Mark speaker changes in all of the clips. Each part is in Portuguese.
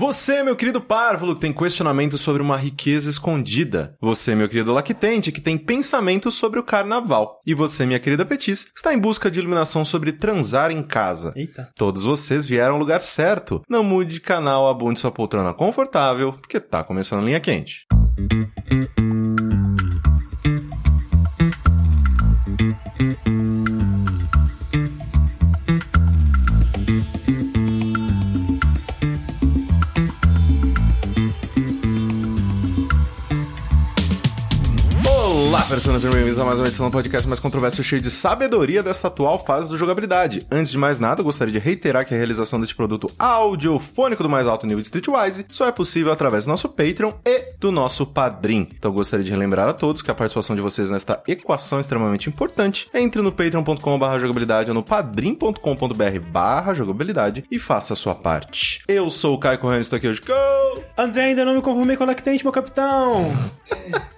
Speaker 1: Você, meu querido párvulo, que tem questionamentos sobre uma riqueza escondida. Você, meu querido lactente, que tem pensamentos sobre o carnaval. E você, minha querida Petis, que está em busca de iluminação sobre transar em casa.
Speaker 2: Eita.
Speaker 1: Todos vocês vieram ao lugar certo. Não mude de canal, abunde sua poltrona confortável, porque tá começando a linha quente. Olá, personas e bem-vindos a mais uma edição do podcast mais controverso cheio de sabedoria desta atual fase do jogabilidade. Antes de mais nada, gostaria de reiterar que a realização deste produto audiofônico do mais alto nível de Streetwise só é possível através do nosso Patreon e do nosso Padrim. Então gostaria de relembrar a todos que a participação de vocês nesta equação extremamente importante. Entre no patreon.com.br jogabilidade ou no padrim.com.br barra jogabilidade e faça a sua parte. Eu sou o Caio Corrêa, estou aqui hoje com...
Speaker 2: André, ainda não me conformei com o lactente, meu capitão.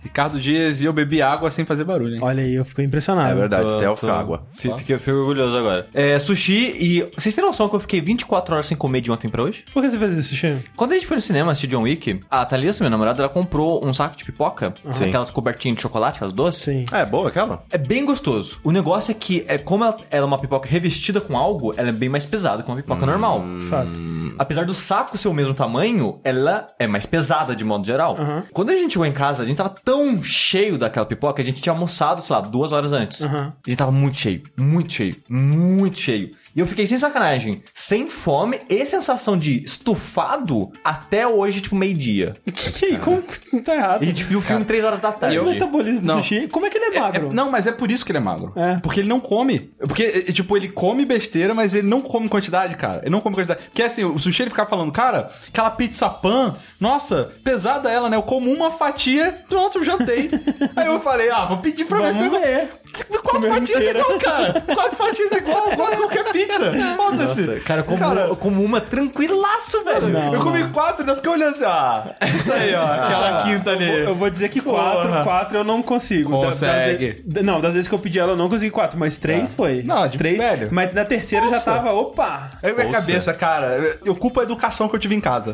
Speaker 3: Ricardo Dias e eu bebi água sem fazer barulho, hein?
Speaker 2: Olha aí, eu fico impressionado.
Speaker 1: É verdade,
Speaker 3: Tô-
Speaker 1: Stealth
Speaker 3: tô-
Speaker 1: Água.
Speaker 3: Sim, fica-
Speaker 4: Fiquei, fiquei orgulhoso agora. É, sushi e. Vocês têm noção que eu fiquei 24 horas sem comer de ontem pra hoje?
Speaker 2: Por que você fez isso, Xan?
Speaker 4: Quando a gente foi no cinema assistir John Wick, a Thalissa, minha namorada, ela comprou um saco de pipoca,
Speaker 1: Sim.
Speaker 4: aquelas cobertinhas de chocolate, aquelas doces.
Speaker 2: Sim.
Speaker 1: É boa aquela?
Speaker 4: É bem gostoso. O negócio é que, é, como ela, ela é uma pipoca revestida com algo, ela é bem mais pesada que uma pipoca normal.
Speaker 2: Fato.
Speaker 3: Hum.
Speaker 4: Apesar do saco ser o mesmo tamanho, ela é mais pesada de modo geral. Quando a gente chegou em casa, a gente tava tão cheio daquela pipoca, que a gente tinha almoçado, sei lá, duas horas antes.
Speaker 2: Uhum.
Speaker 4: A gente tava muito cheio, muito cheio, muito cheio. E eu fiquei sem sacanagem, sem fome e sensação de estufado até hoje, tipo, meio-dia.
Speaker 2: Que que aí? Como que tá errado?
Speaker 4: A gente viu o filme três horas da tarde.
Speaker 2: Mas o metabolismo do
Speaker 3: Não.
Speaker 2: sushi, como é que ele é
Speaker 3: É-
Speaker 2: magro?
Speaker 3: não, mas é por isso que ele é magro.
Speaker 2: É.
Speaker 3: Porque ele não come. Porque, é, é, tipo, ele come besteira, mas ele não come quantidade, cara. Ele não come quantidade. Porque assim, o sushi ele ficava falando, cara, aquela pizza pan, nossa, pesada ela, né? Eu como uma fatia, pronto, eu jantei. Aí eu falei, ah, vou pedir pra ver se
Speaker 2: Vamos
Speaker 3: tem-
Speaker 2: ver.
Speaker 3: Quatro
Speaker 2: Comer
Speaker 3: fatias
Speaker 2: inteira.
Speaker 3: igual, cara. Quatro fatias igual, igual a qualquer pizza. Foda-se.
Speaker 4: Cara, eu como, eu como uma tranquilaço, velho.
Speaker 2: Não.
Speaker 3: eu comi quatro, ainda fiquei olhando assim, ah, isso aí, ó, aquela quinta ali.
Speaker 2: Eu vou dizer que quatro,
Speaker 3: Porra.
Speaker 2: quatro eu não consigo. Da- das
Speaker 3: Consegue. Tá.
Speaker 2: ve- da- não, das vezes que eu pedi ela, eu não consegui quatro, mas três foi.
Speaker 3: Não, de-
Speaker 2: três,
Speaker 3: velho.
Speaker 2: Mas na terceira já
Speaker 3: Nossa.
Speaker 2: tava, opa.
Speaker 3: É minha
Speaker 1: Ouça.
Speaker 3: cabeça, cara. Eu culpo a educação que eu tive em casa.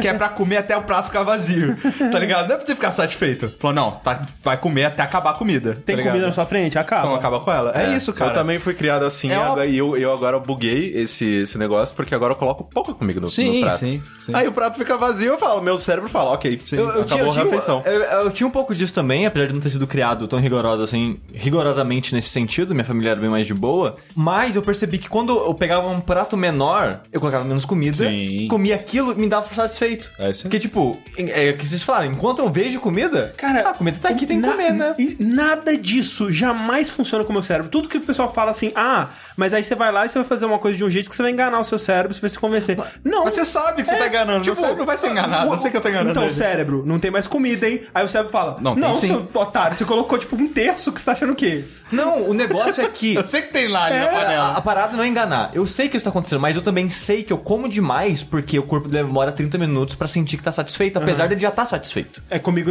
Speaker 3: que é pra comer até o prato ficar vazio. Tá ligado? Não é pra você ficar satisfeito. Falou, não, tá- vai comer até acabar a comida.
Speaker 2: Tem
Speaker 3: tá ligado?
Speaker 2: comida na sua frente? Acaba.
Speaker 3: Então acaba com ela. É, isso, cara.
Speaker 1: Eu também fui criado assim
Speaker 3: É uma-
Speaker 1: agora- e eu, eu agora buguei esse, esse negócio porque agora eu coloco pouca comida no, no
Speaker 3: Sim,
Speaker 1: prato.
Speaker 3: sim, sim.
Speaker 1: Aí o prato fica vazio eu falo, meu cérebro fala, ok, sim,
Speaker 4: Eu, eu
Speaker 1: acabou
Speaker 4: tinha, eu,
Speaker 1: a
Speaker 4: tinha,
Speaker 1: refeição.
Speaker 4: eu, eu tinha um pouco disso também, apesar de não ter sido criado tão rigoroso assim, rigorosamente nesse sentido, minha família era bem mais de boa, mas eu percebi que quando eu pegava um prato menor, eu colocava menos comida,
Speaker 3: Sim.
Speaker 4: comia aquilo e me dava por satisfeito.
Speaker 3: É isso aí.
Speaker 4: Porque, tipo, é o que vocês falaram, enquanto eu vejo comida,
Speaker 2: Cara,
Speaker 4: a comida tá aqui, tem que
Speaker 2: na-
Speaker 4: comer, né?
Speaker 2: e nada disso jamais funciona com o meu cérebro. Tudo que o pessoal fala assim, ah, mas aí você vai lá e você vai fazer uma coisa de um jeito que você vai enganar o seu cérebro, você vai se convencer. Não.
Speaker 3: Mas você sabe que você tá enganando. Tipo,
Speaker 2: tipo,
Speaker 3: você não vai ser enganado. Eu sei que eu tô enganando.
Speaker 2: Então,
Speaker 3: ele.
Speaker 2: cérebro, não tem mais comida, hein? Aí o cérebro fala, não,
Speaker 3: Não, tem sim.
Speaker 2: seu otário, você colocou tipo um terço que você tá achando o quê?
Speaker 4: Não, o negócio é que.
Speaker 3: Eu sei que tem lá né? na
Speaker 4: A,
Speaker 3: é panela.
Speaker 4: a parada não é enganar. Eu sei que isso tá acontecendo, mas eu também sei que eu como demais porque o corpo demora 30 minutos pra sentir que tá satisfeito, apesar dele já tá satisfeito.
Speaker 2: É comigo.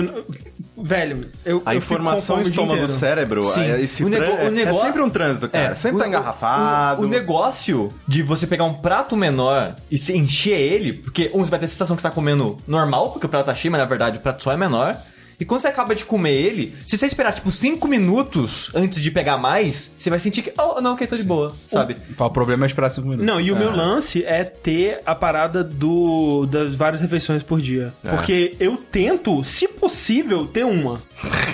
Speaker 2: Velho, eu.
Speaker 1: A
Speaker 2: eu fico
Speaker 1: informação
Speaker 2: com fome o dia
Speaker 1: estoma no
Speaker 2: inteiro.
Speaker 1: cérebro,
Speaker 4: Sim.
Speaker 1: é- esse
Speaker 4: O nego-
Speaker 1: tran-
Speaker 4: o
Speaker 1: é-
Speaker 4: negócio-
Speaker 1: é sempre um trânsito, cara. sempre
Speaker 4: o-
Speaker 1: tá engarrafado.
Speaker 4: O, o negócio de você pegar um prato menor e se encher ele, porque um, você vai ter a sensação que você tá comendo normal, porque o prato tá cheio, mas na verdade o prato só é menor. E quando você acaba de comer ele, se você esperar tipo 5 minutos antes de pegar mais, você vai sentir que, oh, não, ok, tô de boa, sabe?
Speaker 3: O problema é esperar cinco minutos.
Speaker 2: Não, e o
Speaker 3: É.
Speaker 2: meu lance é ter a parada do das várias refeições por dia. Porque eu tento, se possível, ter uma.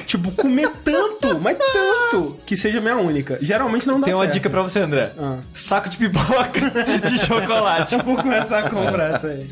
Speaker 2: tipo, comer tanto, mas tanto, que seja minha única. Geralmente não dá
Speaker 4: Tem uma
Speaker 2: certo.
Speaker 4: dica pra você, André.
Speaker 2: Ah.
Speaker 4: Saco de pipoca de chocolate.
Speaker 2: Vou começar a comprar essa aí.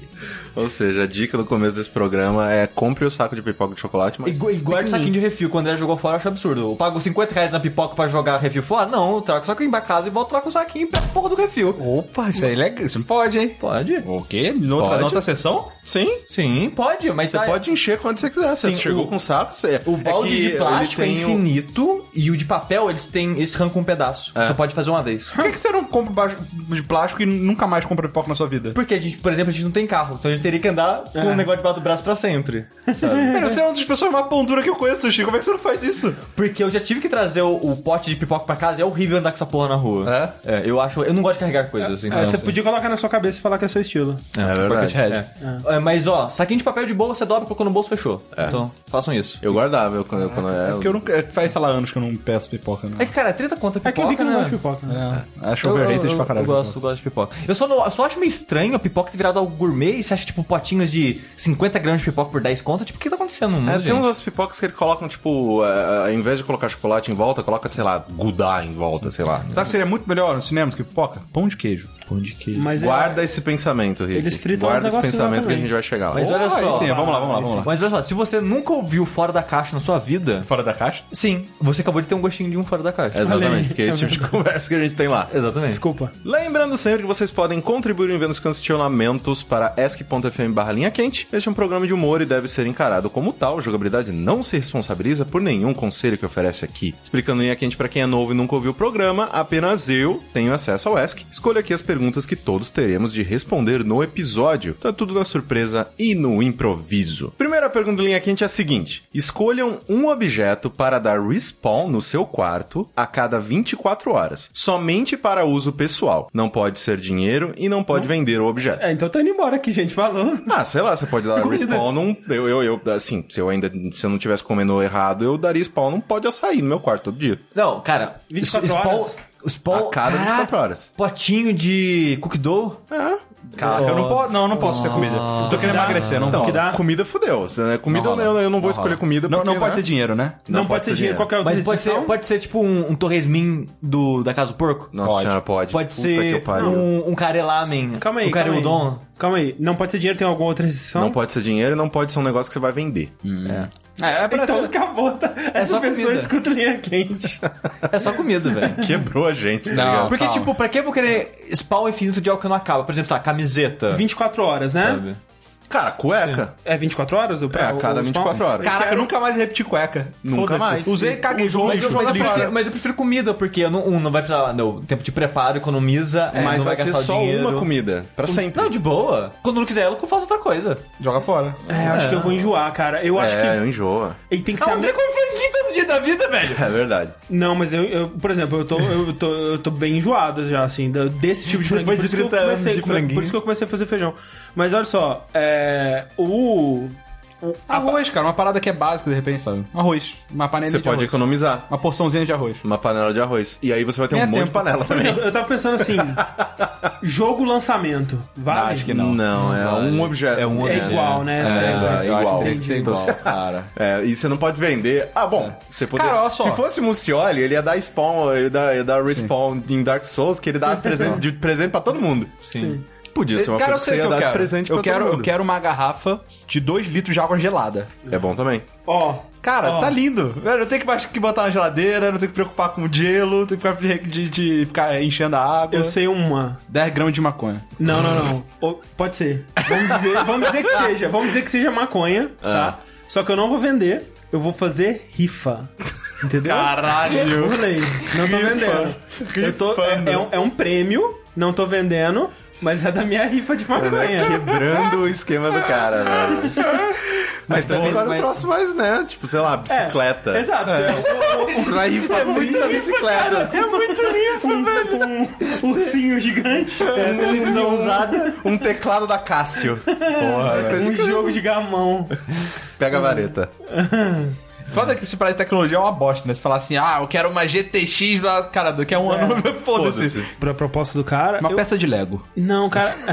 Speaker 1: Ou seja, a dica do começo desse programa é compre o saco de pipoca de chocolate,
Speaker 4: E,
Speaker 1: mas
Speaker 4: gu- e guarda o um saquinho de refil. Quando o André jogou fora, eu acho absurdo. Eu pago 50 reais na pipoca pra jogar refil fora? Não, eu troco só que eu pra casa e volto lá com o saquinho e pego a porra do refil.
Speaker 3: Opa, isso aí é legal. Isso não pode, hein?
Speaker 4: Pode?
Speaker 3: O quê? Noutra,
Speaker 1: Pode.
Speaker 3: noutra sessão?
Speaker 1: sim.
Speaker 4: Sim, pode, mas
Speaker 1: Você pode encher quando você quiser. Você
Speaker 4: É. Sim,
Speaker 1: chegou
Speaker 4: o-
Speaker 2: é
Speaker 1: com o saco, você...
Speaker 4: O balde
Speaker 1: que
Speaker 2: um
Speaker 4: de plástico é
Speaker 1: ele tem o-
Speaker 4: infinito E o de papel, eles têm. Eles arrancam um pedaço.
Speaker 2: É.
Speaker 4: Só pode fazer uma vez.
Speaker 3: Por que, que você não compra baixo de plástico e nunca mais compra pipoca na sua vida?
Speaker 4: Porque a gente, por exemplo, a gente não tem carro, então a gente teria que andar
Speaker 2: É.
Speaker 4: com um negócio debaixo do braço pra sempre. sabe?
Speaker 3: Cara, você é uma das pessoas mais pão dura que eu conheço, Chico. Como é que você não faz isso?
Speaker 4: Porque eu já tive que trazer o, o pote de pipoca pra casa e é horrível andar com essa porra na rua. É? eu acho. Eu não gosto de carregar coisas, então.
Speaker 2: É, você podia colocar na sua cabeça e falar que é seu estilo.
Speaker 1: É verdade.
Speaker 3: Buckethead.
Speaker 4: É. É, mas ó, saquinho de papel de boa, você dobra, colocou no bolso, fechou.
Speaker 2: É.
Speaker 4: Então, façam isso.
Speaker 1: Eu guardava, eu, quando, quando eu era-
Speaker 3: É Porque eu nunca. Faz, sei lá, anos que eu não peço pipoca, né?
Speaker 4: É que, cara, 30 conta
Speaker 2: É
Speaker 4: pipoca,
Speaker 2: que eu vi que não
Speaker 4: né?
Speaker 2: gosta de pipoca. né?
Speaker 3: É, acho
Speaker 4: Eu-
Speaker 3: overrated
Speaker 4: eu-
Speaker 3: pra caralho.
Speaker 4: Eu gosto, eu gosto de pipoca. Eu só, não- eu só acho meio estranho a pipoca ter virado algo gourmet e você acha, tipo, potinhos de 50 gramas de pipoca por 10 conto. Tipo, o que tá acontecendo no mundo,
Speaker 1: É,
Speaker 4: gente?
Speaker 1: tem umas pipocas que eles colocam, tipo, é, ao invés de colocar chocolate em volta, coloca, sei lá, gudá em volta, sei lá.
Speaker 3: Sabe o que seria muito melhor no cinema do que pipoca? Pão de queijo.
Speaker 4: Pão de queijo.
Speaker 2: Mas é-
Speaker 1: Guarda esse pensamento, Rick.
Speaker 2: Eles fritam
Speaker 1: Guarda
Speaker 2: os
Speaker 1: esse
Speaker 2: negócios lá
Speaker 1: pensamento que a
Speaker 2: também.
Speaker 1: gente vai chegar lá.
Speaker 4: Mas olha
Speaker 3: aí
Speaker 4: só.
Speaker 3: sim, vamos lá, vamos lá, vamos lá.
Speaker 4: Mas olha só, se você nunca ouviu Fora da Caixa na sua vida,
Speaker 3: Fora da caixa?
Speaker 4: sim, você acabou de ter um gostinho de um Fora da Caixa.
Speaker 2: Olha aí.
Speaker 1: Exatamente, porque é esse tipo de conversa que a gente tem lá.
Speaker 4: Exatamente.
Speaker 2: Desculpa.
Speaker 1: Lembrando sempre que vocês podem contribuir enviando os questionamentos para ask.fm barra linha quente. Este é um programa de humor e deve ser encarado como tal. Jogabilidade não se responsabiliza por nenhum conselho que oferece aqui. Explicando linha quente para quem é novo e nunca ouviu o programa, apenas eu tenho acesso ao ask. Escolha aqui as perguntas que todos teremos de responder no episódio. Tá tudo na surpresa e no improviso. Primeira pergunta do linha quente é a seguinte: escolham um objeto para dar respawn no seu quarto a cada 24 horas, somente para uso pessoal. Não pode ser dinheiro e não pode vender o objeto.
Speaker 2: É, então tá indo embora aqui, gente. Falou.
Speaker 1: Ah, sei lá, você pode dar respawn num. Eu, eu, eu, assim, se eu ainda. Se eu não tivesse comendo errado, eu daria spawn num pó de açaí no meu quarto todo dia.
Speaker 4: Não, cara,
Speaker 2: 24
Speaker 4: spawn,
Speaker 2: horas?
Speaker 4: Spawn,
Speaker 1: A cada
Speaker 4: caraca,
Speaker 1: 24 horas.
Speaker 4: Potinho de cookie dough.
Speaker 3: Caraca, eu não posso. Não, eu não posso ser comida. Eu tô querendo
Speaker 2: dá?
Speaker 3: emagrecer, não
Speaker 1: Então,
Speaker 3: posso.
Speaker 2: que dá?
Speaker 1: comida fudeu. Se- né, Comida
Speaker 4: Não
Speaker 1: eu,
Speaker 4: rola.
Speaker 1: eu não vou
Speaker 4: Não
Speaker 1: escolher
Speaker 4: rola.
Speaker 1: comida.
Speaker 3: Não, não
Speaker 1: porque,
Speaker 3: pode
Speaker 1: né?
Speaker 3: ser dinalho, né?
Speaker 2: Não, pode ser dinheiro. Qual que é o
Speaker 4: Mas pode ser,
Speaker 2: restrição?
Speaker 4: pode ser tipo um, um torresmin do, da Casa do Porco.
Speaker 1: Nossa
Speaker 4: pode.
Speaker 1: senhora, pode.
Speaker 4: Pode
Speaker 1: Puta que
Speaker 4: ser
Speaker 1: pariu.
Speaker 4: um, um carelamen.
Speaker 2: Calma aí,
Speaker 4: Um
Speaker 2: calma aí.
Speaker 4: careudon.
Speaker 2: Calma aí. Não pode ser dinheiro, tem alguma outra restrição?
Speaker 1: Não pode ser dinheiro e não pode ser um negócio que você vai vender.
Speaker 3: É, é pra
Speaker 2: Então
Speaker 3: ser-
Speaker 2: acabou, tá? Essa
Speaker 4: só
Speaker 2: pessoa
Speaker 4: comida.
Speaker 2: escuta linha quente.
Speaker 4: É só comida, velho.
Speaker 1: Quebrou a gente, tá
Speaker 3: Não.
Speaker 1: ligado?
Speaker 4: Porque,
Speaker 3: calma.
Speaker 4: tipo, pra que eu vou querer spawn infinito de algo que não acaba? Por exemplo, sei lá, camiseta.
Speaker 2: 24 horas, né?
Speaker 4: sabe?
Speaker 1: Cara, cueca.
Speaker 2: É 24 horas?
Speaker 1: É, a cada 24 horas.
Speaker 3: Caraca, eu nunca mais repeti cueca.
Speaker 1: Nunca
Speaker 3: Foda-se.
Speaker 1: mais.
Speaker 3: Usei, caguei,
Speaker 1: Usou,
Speaker 3: joguei,
Speaker 1: mas jogou
Speaker 3: joguei
Speaker 1: na
Speaker 3: lixo.
Speaker 1: fora.
Speaker 4: Mas eu prefiro comida, porque eu não, um, não vai precisar. Não, tempo de preparo, economiza, é,
Speaker 1: Mas
Speaker 4: não
Speaker 1: vai,
Speaker 4: vai,
Speaker 1: ser
Speaker 4: gastar o
Speaker 1: só
Speaker 4: dinheiro.
Speaker 1: uma comida. Pra sempre.
Speaker 4: Não, de boa. Quando eu não quiser ela, eu faço outra coisa.
Speaker 3: Joga fora.
Speaker 2: É, um eu acho que eu vou enjoar, cara. Eu acho
Speaker 1: é,
Speaker 2: que.
Speaker 1: eu enjoo.
Speaker 2: E tem que ser
Speaker 4: Ah,
Speaker 2: a
Speaker 4: André
Speaker 2: me...
Speaker 4: come franguinho todo dia da vida, velho.
Speaker 1: É verdade.
Speaker 2: Não, mas eu, eu- por exemplo, eu tô, eu, tô, eu tô bem enjoado já, assim, da- desse tipo de franguinho. Por
Speaker 4: Depois de
Speaker 2: isso que eu
Speaker 1: tá
Speaker 4: 30 anos
Speaker 2: comecei-
Speaker 4: de
Speaker 2: come-
Speaker 4: franguinho.
Speaker 2: Por isso que eu comecei a fazer feijão. Mas olha só, é. O. o-
Speaker 3: Arroz, cara, uma parada que é básica de repente, sabe? Arroz. Uma panela
Speaker 1: Você
Speaker 3: de
Speaker 1: pode
Speaker 3: arroz.
Speaker 1: economizar
Speaker 3: Uma porçãozinha de arroz.
Speaker 1: uma panela de arroz. E aí você vai ter
Speaker 3: Ganha
Speaker 1: um monte de
Speaker 3: tempo.
Speaker 1: panela
Speaker 2: Por
Speaker 1: também.
Speaker 2: exemplo, eu tava pensando assim: jogo lançamento. Vale?
Speaker 3: Acho que
Speaker 1: Não,
Speaker 3: não.
Speaker 1: é
Speaker 4: vale.
Speaker 1: um objeto.
Speaker 4: É um
Speaker 2: É
Speaker 4: objeto.
Speaker 2: igual, né?
Speaker 1: É,
Speaker 3: eu acho
Speaker 1: igual.
Speaker 3: que tem que ser
Speaker 1: Então,
Speaker 3: igual,
Speaker 1: você-
Speaker 3: cara.
Speaker 1: É, e você não pode vender. Ah, bom, você poderia.
Speaker 3: É. Cara, olha só.
Speaker 1: Se fosse Mucioli, ele ia dar spawn, ele ia dar, ia dar respawn em Dark Souls, que ele dá presente, de presente pra todo mundo. Sim. Podia ser uma
Speaker 3: Cara, eu
Speaker 1: coisa que
Speaker 3: sei
Speaker 1: você ia
Speaker 3: o é que eu
Speaker 1: dar de
Speaker 3: quero.
Speaker 1: presente pra
Speaker 3: eu quero,
Speaker 1: todo mundo.
Speaker 3: eu quero uma garrafa de 2 litros de água gelada.
Speaker 1: É bom também.
Speaker 2: Ó.
Speaker 3: Cara,
Speaker 2: ó,
Speaker 3: tá lindo. Velho, não tem que, mais que botar na geladeira, não tem que preocupar com gelo, não tem que ficar, de, de ficar enchendo a água.
Speaker 2: Eu sei uma.
Speaker 3: 10 gramas de maconha.
Speaker 2: Não, não, não. Ou- Pode ser. Vamos dizer, vamos dizer que seja. Vamos dizer que seja maconha, tá? Só que eu não vou vender, eu vou fazer rifa. Entendeu?
Speaker 1: Caralho!
Speaker 2: Burley, não tô vendendo. Eu tô, é, é um, é um prêmio, não tô vendendo, mas é da minha rifa de maconha.
Speaker 1: Quebrando o esquema do cara, velho. Mas tá
Speaker 4: bom,
Speaker 1: escolhendo um
Speaker 4: mas-
Speaker 1: troço mais, né? Tipo, sei lá, bicicleta.
Speaker 2: Exato. É, o- o-
Speaker 1: Você vai
Speaker 3: É
Speaker 1: rifar muita bicicleta.
Speaker 2: é muito rifa, velho. Um ursinho gigante,
Speaker 3: É,
Speaker 2: uma televisão usada,
Speaker 1: Um teclado da Cássio. Porra,
Speaker 2: um jogo de gamão.
Speaker 1: Pega a vareta.
Speaker 3: Foda que esse parece tecnologia é uma bosta, né? Você falar assim, ah, eu quero uma GTX lá, cara, daqui a um ano, foda-se.
Speaker 1: Foda-se.
Speaker 2: Pra proposta do cara,
Speaker 3: uma peça de Lego.
Speaker 2: Não, cara.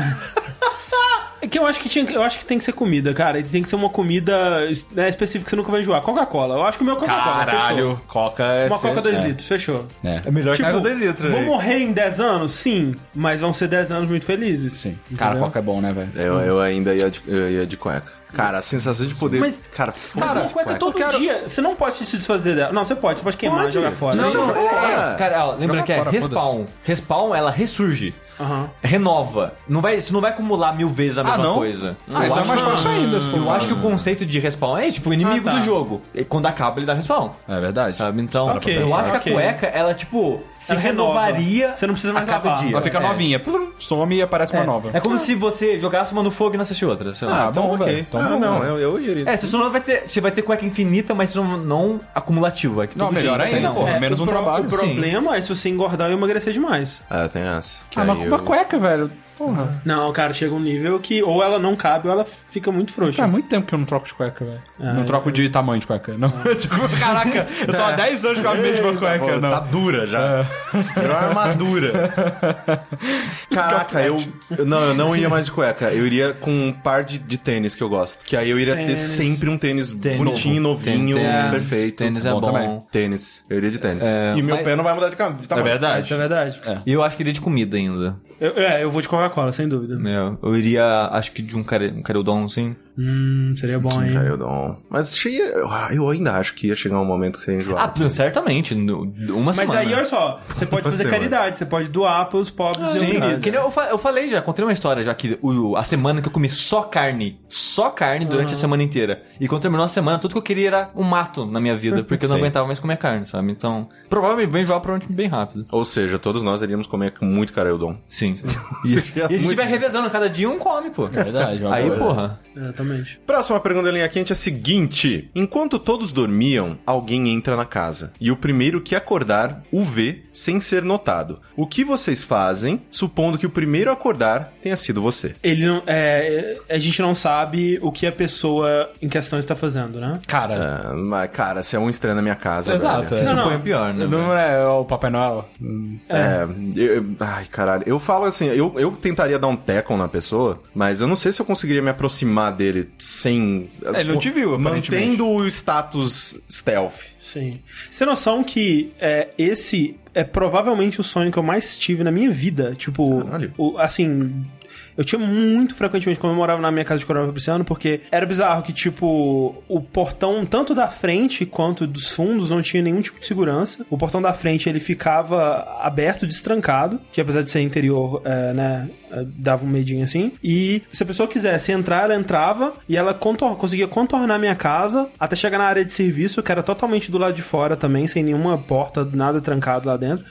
Speaker 2: É que eu acho que, tinha, eu acho que tem que ser comida, cara. E Tem que ser uma comida né, específica que você nunca vai enjoar. Coca-Cola. Eu acho que o meu é Coca-Cola, fechou.
Speaker 3: Coca é...
Speaker 2: Uma Coca 2
Speaker 3: é.
Speaker 2: litros, fechou.
Speaker 3: É.
Speaker 4: melhor
Speaker 2: Tipo,
Speaker 4: litros.
Speaker 2: vou morrer em 10 anos? Sim. Mas vão ser 10 anos muito felizes.
Speaker 3: Sim. Cara,
Speaker 2: Entendeu?
Speaker 3: Coca é bom, né, velho?
Speaker 1: Eu, eu ainda ia de, eu ia de cueca. Uhum. Cara, a sensação de poder.
Speaker 2: Mas-
Speaker 1: cara,
Speaker 2: Mas
Speaker 1: foda-se
Speaker 2: uma cueca todo
Speaker 3: quero-
Speaker 2: dia. Você não pode se desfazer dela. Não, você pode. Você pode queimar,
Speaker 1: Pode.
Speaker 2: jogar fora.
Speaker 1: Sim.
Speaker 4: Não, não,
Speaker 1: Joga
Speaker 4: é,
Speaker 1: fora.
Speaker 4: Cara, ó, lembra
Speaker 3: Joga
Speaker 4: que é
Speaker 3: fora,
Speaker 4: respawn. Respawn, ela ressurge.
Speaker 2: Aham.
Speaker 4: renova. Não vai, isso não vai acumular mil vezes a mesma
Speaker 3: não?
Speaker 4: coisa.
Speaker 3: Ah, então é mais fácil ainda, se for
Speaker 4: Eu
Speaker 3: por
Speaker 4: acho que
Speaker 3: causa.
Speaker 4: o conceito de respawn é tipo o inimigo
Speaker 2: Ah, tá.
Speaker 4: do jogo. E quando acaba, ele dá respawn.
Speaker 3: É verdade.
Speaker 4: Sabe? Então,
Speaker 2: Para pra
Speaker 4: eu
Speaker 2: pensar.
Speaker 4: acho que
Speaker 2: Ok.
Speaker 4: a cueca, ela, tipo, se
Speaker 2: Ela renova.
Speaker 4: renovaria.
Speaker 2: Você não precisa mais
Speaker 4: a cada
Speaker 2: lavar.
Speaker 4: dia.
Speaker 3: Ela fica
Speaker 4: É.
Speaker 3: novinha. Plum, Some e aparece uma
Speaker 4: É.
Speaker 3: nova.
Speaker 4: É como se você jogasse uma no fogo e nascesse outra. Sei lá.
Speaker 3: Ah, bom, velho. Então
Speaker 1: ah,
Speaker 3: bom,
Speaker 1: não,
Speaker 3: velho.
Speaker 1: eu, eu iria.
Speaker 4: É, você só não vai ter. Você vai ter cueca infinita, mas não, não acumulativa. É que
Speaker 3: Não,
Speaker 4: tudo
Speaker 3: melhor
Speaker 4: isso,
Speaker 3: ainda,
Speaker 4: não.
Speaker 3: porra.
Speaker 4: É.
Speaker 3: menos
Speaker 2: o
Speaker 3: um trabalho,
Speaker 2: O
Speaker 4: sim.
Speaker 2: problema é se você engordar e emagrecer demais.
Speaker 1: Ah, tem essa. Que
Speaker 3: Ah, mas
Speaker 1: aí
Speaker 3: com uma
Speaker 1: eu-
Speaker 3: cueca, velho. Porra.
Speaker 2: Não, cara, chega um nível que ou ela não cabe ou ela fica muito frouxa.
Speaker 3: Cara, há É, muito tempo que eu não troco de cueca, velho.
Speaker 2: Ah,
Speaker 3: não troco de tamanho de cueca. Não. Tipo, Caraca, eu tô há 10 anos com a mesma cueca,
Speaker 1: Pô,
Speaker 3: não. É.
Speaker 1: Tá dura já. Virou uma armadura. Caraca, eu. eu- Não, eu não ia mais de cueca. Eu iria com um par de, de tênis que eu gosto. Que aí eu iria ter
Speaker 2: Tênis.
Speaker 1: sempre um tênis, bonitinho, novinho,
Speaker 4: Tênis.
Speaker 1: perfeito.
Speaker 4: Tênis é bom.
Speaker 1: Tênis. Eu iria de tênis.
Speaker 4: É,
Speaker 1: e meu
Speaker 4: mas-
Speaker 1: pé não vai mudar de, cam- de tamanho.
Speaker 2: Isso é verdade.
Speaker 4: E eu acho que iria de comida ainda.
Speaker 2: Eu- é, eu vou de Coca-Cola, sem dúvida.
Speaker 4: Eu, eu iria, acho que de um, care, um careudon, sim.
Speaker 2: Hum, seria bom, hein?
Speaker 1: Já eu não. Mas cheia- eu- ah, eu ainda acho que ia chegar um momento que você ia
Speaker 4: Ah,
Speaker 1: enjoar.
Speaker 4: pô, certamente. no- Uma
Speaker 2: Mas
Speaker 4: semana.
Speaker 2: aí, olha só, você pode fazer
Speaker 1: Sim,
Speaker 2: caridade, você pode doar pros pobres e
Speaker 4: Sim,
Speaker 2: oprimidos.
Speaker 4: que né? nem eu, fa- eu falei já, contei uma história já que o- a semana que eu comi só carne, só carne durante a semana inteira. E quando terminou a semana, tudo que eu queria era um mato na minha vida, porque eu não
Speaker 1: Sim.
Speaker 4: aguentava mais comer carne, sabe? Então, provavelmente vem enjoar provavelmente bem rápido.
Speaker 1: Ou seja, todos nós iríamos comer com muito careudon.
Speaker 4: Sim. E, e a gente vai revezando, cada dia um come, pô. É
Speaker 3: verdade, é uma
Speaker 4: Aí,
Speaker 3: boa.
Speaker 4: porra.
Speaker 2: Exatamente.
Speaker 1: Próxima pergunta da linha quente é a seguinte: Enquanto todos dormiam, alguém entra na casa. E o primeiro que acordar o vê sem ser notado. O que vocês fazem, supondo que o primeiro a acordar tenha sido você?
Speaker 2: Ele não. É, a gente não sabe o que a pessoa em questão está fazendo, né?
Speaker 3: Cara.
Speaker 1: Ah, mas, cara, se é um estranho na minha casa.
Speaker 3: Exato.
Speaker 1: velho.
Speaker 4: Você
Speaker 2: Não,
Speaker 4: supõe
Speaker 2: não.
Speaker 4: o pior, né? velho?
Speaker 3: Não é o Papai Noel?
Speaker 1: É, eu- eu- ai, caralho. Eu falo assim, eu, eu tentaria dar um teco na pessoa, mas eu não sei se eu conseguiria me aproximar dele sem.
Speaker 3: ele não te viu, aparentemente.
Speaker 1: Mantendo o status stealth.
Speaker 2: Sim. Você tem noção que é, esse é provavelmente o sonho que eu mais tive na minha vida. Tipo,
Speaker 1: Caralho.
Speaker 2: o- assim. Eu tinha muito frequentemente quando eu morava na minha casa de Coronel Fabriciano, porque era bizarro que, tipo, o portão, tanto da frente quanto dos fundos, não tinha nenhum tipo de segurança. O portão da frente, ele ficava aberto, destrancado, que apesar de ser interior, é, né, é, dava um medinho assim. E se a pessoa quisesse entrar, ela entrava e ela contor- conseguia contornar a minha casa até chegar na área de serviço, que era totalmente do lado de fora também, sem nenhuma porta, nada trancado lá dentro.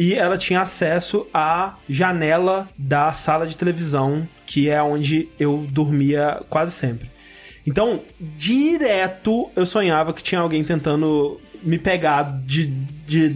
Speaker 2: E ela tinha acesso à janela da sala de televisão, que é onde eu dormia quase sempre. Então, direto eu sonhava que tinha alguém tentando me pegar de, de-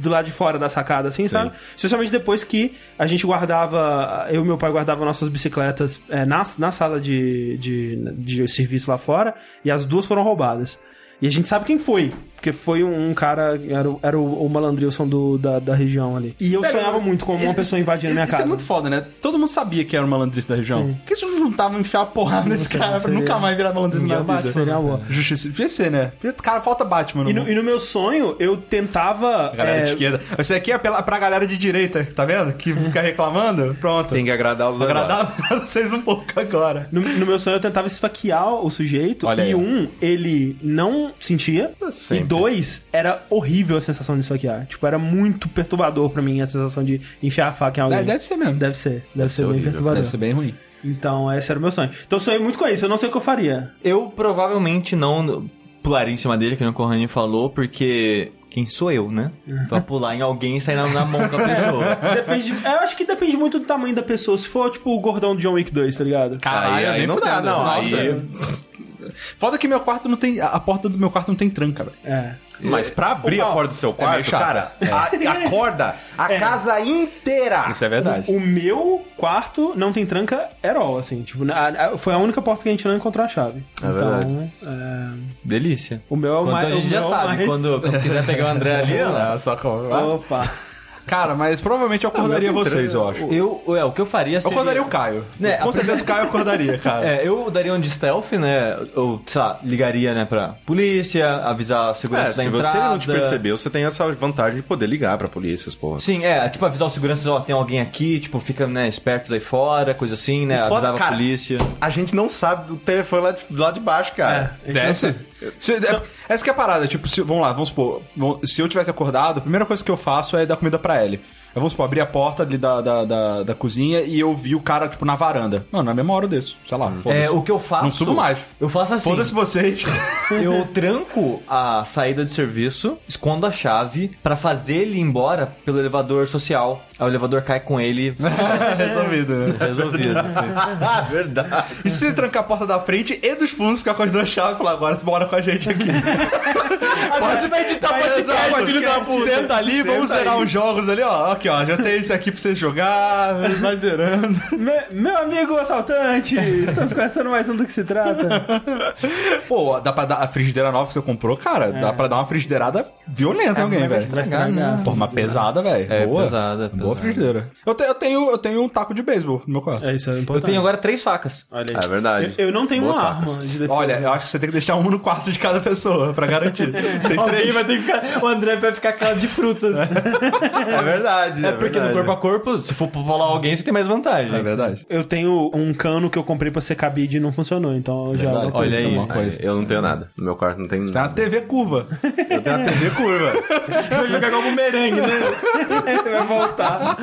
Speaker 2: do lado de fora da sacada, assim, sabe? Especialmente depois que a gente guardava, eu e meu pai guardava nossas bicicletas é, na, na sala de, de, de serviço lá fora, e as duas foram roubadas. E a gente sabe quem foi. Porque foi um um cara, era, o- era o, o malandrilson do, da, da região ali. E eu sonhava muito com uma pessoa invadindo a minha
Speaker 3: isso
Speaker 2: casa.
Speaker 3: Isso é muito foda, né? Todo mundo sabia que era um malandrice da região. Por que eles não juntavam e enfiar a porrada nesse
Speaker 2: sei,
Speaker 3: cara pra
Speaker 2: seria-
Speaker 3: nunca mais virar malandrice na
Speaker 2: Ninguém
Speaker 3: vida?
Speaker 2: seria uma boa.
Speaker 3: Justiça. Devia ser, né? Cara, falta Batman.
Speaker 2: E
Speaker 3: mundo.
Speaker 2: no, e no meu sonho, eu tentava.
Speaker 3: Galera
Speaker 2: é,
Speaker 3: de esquerda. Isso aqui é pela, pra galera de direita, tá vendo? Que fica reclamando. Pronto.
Speaker 1: Tem que agradar os dois lados.
Speaker 3: agradar pra vocês um pouco agora.
Speaker 2: no, no meu sonho, eu tentava esfaquear o sujeito.
Speaker 3: Olha
Speaker 2: e
Speaker 3: aí.
Speaker 2: um, ele não sentia.
Speaker 3: Ah,
Speaker 1: Sempre.
Speaker 2: E dois, era horrível a sensação de esfaquear. Tipo, era muito perturbador pra mim a sensação de enfiar a faca em alguém.
Speaker 3: É, deve ser mesmo.
Speaker 2: Deve ser. Deve, ser, bem
Speaker 1: horrível.
Speaker 2: perturbador.
Speaker 3: bem ruim.
Speaker 2: Então, esse era o meu sonho. Então, eu sonhei muito com isso. Eu não sei o que eu faria.
Speaker 4: Eu provavelmente não pularia em cima dele, que nem o Corrani falou, porque. Quem sou eu, né? Pra pular em alguém e sair na, na mão com a pessoa.
Speaker 2: Depende, é, eu acho que depende muito do tamanho da pessoa. Se for, tipo, o gordão do John Wick 2, tá ligado?
Speaker 1: Aí-
Speaker 3: Caralho,
Speaker 1: aí
Speaker 3: nem
Speaker 1: não dá,
Speaker 3: fudendo.
Speaker 1: não.
Speaker 3: Nossa.
Speaker 1: Aí-
Speaker 3: Foda que meu quarto não tem. A porta do meu quarto não tem tranca, velho.
Speaker 2: É.
Speaker 1: Mas pra abrir
Speaker 2: Ô,
Speaker 1: a
Speaker 2: Paulo,
Speaker 1: porta do seu
Speaker 3: meio
Speaker 1: quarto,
Speaker 3: chato.
Speaker 1: cara, a- acorda a casa inteira.
Speaker 3: Isso é verdade.
Speaker 2: O meu quarto não tem tranca at all, assim. Tipo, na- a- foi a única porta que a gente não encontrou a chave.
Speaker 1: É
Speaker 2: então,
Speaker 1: verdade.
Speaker 2: é,
Speaker 4: Delícia.
Speaker 2: o meu é o
Speaker 4: Então
Speaker 2: mais.
Speaker 4: a gente
Speaker 2: o
Speaker 4: já
Speaker 2: meu é o
Speaker 4: sabe,
Speaker 2: mais-
Speaker 4: quando, quando quiser pegar o André ali, ó.
Speaker 3: só
Speaker 2: Opa.
Speaker 3: Cara, mas provavelmente eu acordaria
Speaker 1: Não, meu tem
Speaker 3: vocês, eu acho.
Speaker 4: Eu, é, o que eu faria
Speaker 3: Eu
Speaker 4: seria...
Speaker 3: acordaria o Caio.
Speaker 4: Né,
Speaker 3: Com
Speaker 4: a-
Speaker 3: certeza o Caio acordaria, cara.
Speaker 4: É, eu daria um de stealth, né? Ou, sei lá, ligaria, né, pra polícia, avisar a segurança
Speaker 1: É,
Speaker 4: da
Speaker 1: se
Speaker 4: entrada.
Speaker 1: você não te percebeu, você tem essa vantagem de poder ligar pra polícias, porra.
Speaker 4: Sim, é, tipo, avisar os seguranças, ó, tem alguém aqui, tipo, fica, né, espertos aí fora, coisa assim, né,
Speaker 1: E foda-
Speaker 4: avisava
Speaker 1: cara,
Speaker 4: a polícia.
Speaker 1: A gente não sabe do telefone lá de, lá de baixo, cara.
Speaker 2: É.
Speaker 3: Desce. Se- é- essa que é a parada, tipo, se- vamos lá, vamos supor, vamos- se eu tivesse acordado, a primeira coisa que eu faço é dar comida pra ele. Eu vou supor, abri a porta ali da, da, da, da cozinha e eu vi o cara, tipo, na varanda. Mano, na mesma hora desse. Sei lá, foda-se.
Speaker 4: É, o que eu faço.
Speaker 3: Não subo mais.
Speaker 4: Eu faço assim.
Speaker 3: Foda-se vocês.
Speaker 4: Eu tranco a saída de serviço, escondo a chave pra fazer ele ir embora pelo elevador social. Aí o elevador cai com ele
Speaker 3: Resolvido, né?
Speaker 4: É resolvido.
Speaker 1: Verdade.
Speaker 3: E se você trancar a porta da frente e dos fundos, ficar com as duas chaves e falar, agora você mora com a gente aqui.
Speaker 4: Pode, vai editar
Speaker 3: Exato, Senta ali, vamos zerar uns jogos ali, ó. Aqui, ó, já tem isso aqui pra você jogar, vai zerando.
Speaker 2: Me- meu amigo assaltante, estamos conversando mais um do que se trata.
Speaker 3: Pô, dá pra dar a frigideira nova que você comprou, cara, dá pra dar uma frigideirada violenta em alguém,
Speaker 2: Vai
Speaker 3: velho.
Speaker 2: estragar, né?
Speaker 3: Forma pesada, velho.
Speaker 4: É,
Speaker 3: Boa.
Speaker 4: pesada,
Speaker 3: Boa
Speaker 4: pesada.
Speaker 3: frigideira. Eu, te- eu tenho, eu tenho um taco de beisebol no meu quarto.
Speaker 2: É isso, é
Speaker 4: Eu
Speaker 2: importante.
Speaker 4: tenho agora três facas.
Speaker 2: Olha aí.
Speaker 1: É verdade.
Speaker 2: Eu, eu não tenho
Speaker 1: Boas
Speaker 2: uma
Speaker 1: facas.
Speaker 2: arma de defesa.
Speaker 3: Olha, eu acho que você tem que deixar um no quarto de cada pessoa, pra garantir. Tem
Speaker 4: Alguém
Speaker 3: três.
Speaker 4: vai ter que ficar. O André vai ficar cara de frutas.
Speaker 1: É verdade.
Speaker 4: É porque no corpo a corpo, se for pular alguém, você tem mais vantagem.
Speaker 3: É verdade.
Speaker 2: Eu tenho um cano que eu comprei pra ser cabide e não funcionou, então eu já
Speaker 3: Verdade.
Speaker 2: botei.
Speaker 4: Olha aí.
Speaker 3: Alguma coisa.
Speaker 1: Eu não tenho nada. No meu quarto não É. tem
Speaker 3: Tá na
Speaker 1: nada.
Speaker 3: TV curva.
Speaker 1: Eu tenho uma TV curva.
Speaker 3: Vai jogar como merengue, né?
Speaker 2: É, Vai voltar.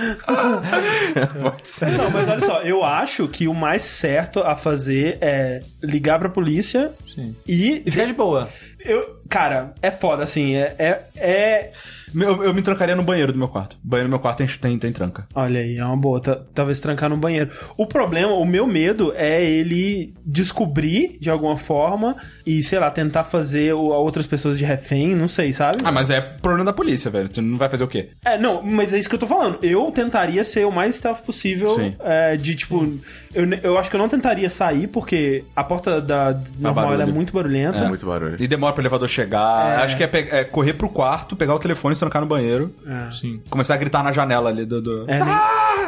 Speaker 1: Pode ser.
Speaker 2: Não, mas olha só, eu acho que o mais certo a fazer é ligar pra polícia
Speaker 4: Sim.
Speaker 2: e.
Speaker 4: E ficar de boa.
Speaker 2: Eu, cara, é foda, assim. É. é, é-
Speaker 3: Eu, eu me trancaria no banheiro do meu quarto. Banheiro do meu quarto tem, tem, tem tranca.
Speaker 2: Olha aí, é uma boa. tá- Talvez trancar no banheiro. O problema, o meu medo é ele descobrir de alguma forma e, sei lá, tentar fazer o- outras pessoas de refém, não sei, sabe?
Speaker 3: Ah, mas é problema da polícia, velho. Você não vai fazer o quê?
Speaker 2: É, não, mas é isso que eu tô falando. Eu tentaria ser o mais stealth possível.
Speaker 3: Sim.
Speaker 2: é, de tipo. Eu, ne- eu acho que eu não tentaria sair, porque a porta da normal ela é
Speaker 3: barulho.
Speaker 2: muito barulhenta.
Speaker 1: Muito barulho.
Speaker 3: E demora pro elevador chegar. Acho que é, pe- é correr pro quarto, pegar o telefone, se trancar no banheiro.
Speaker 2: É.
Speaker 3: Sim. Começar a gritar na janela ali do. do-
Speaker 2: É, nem,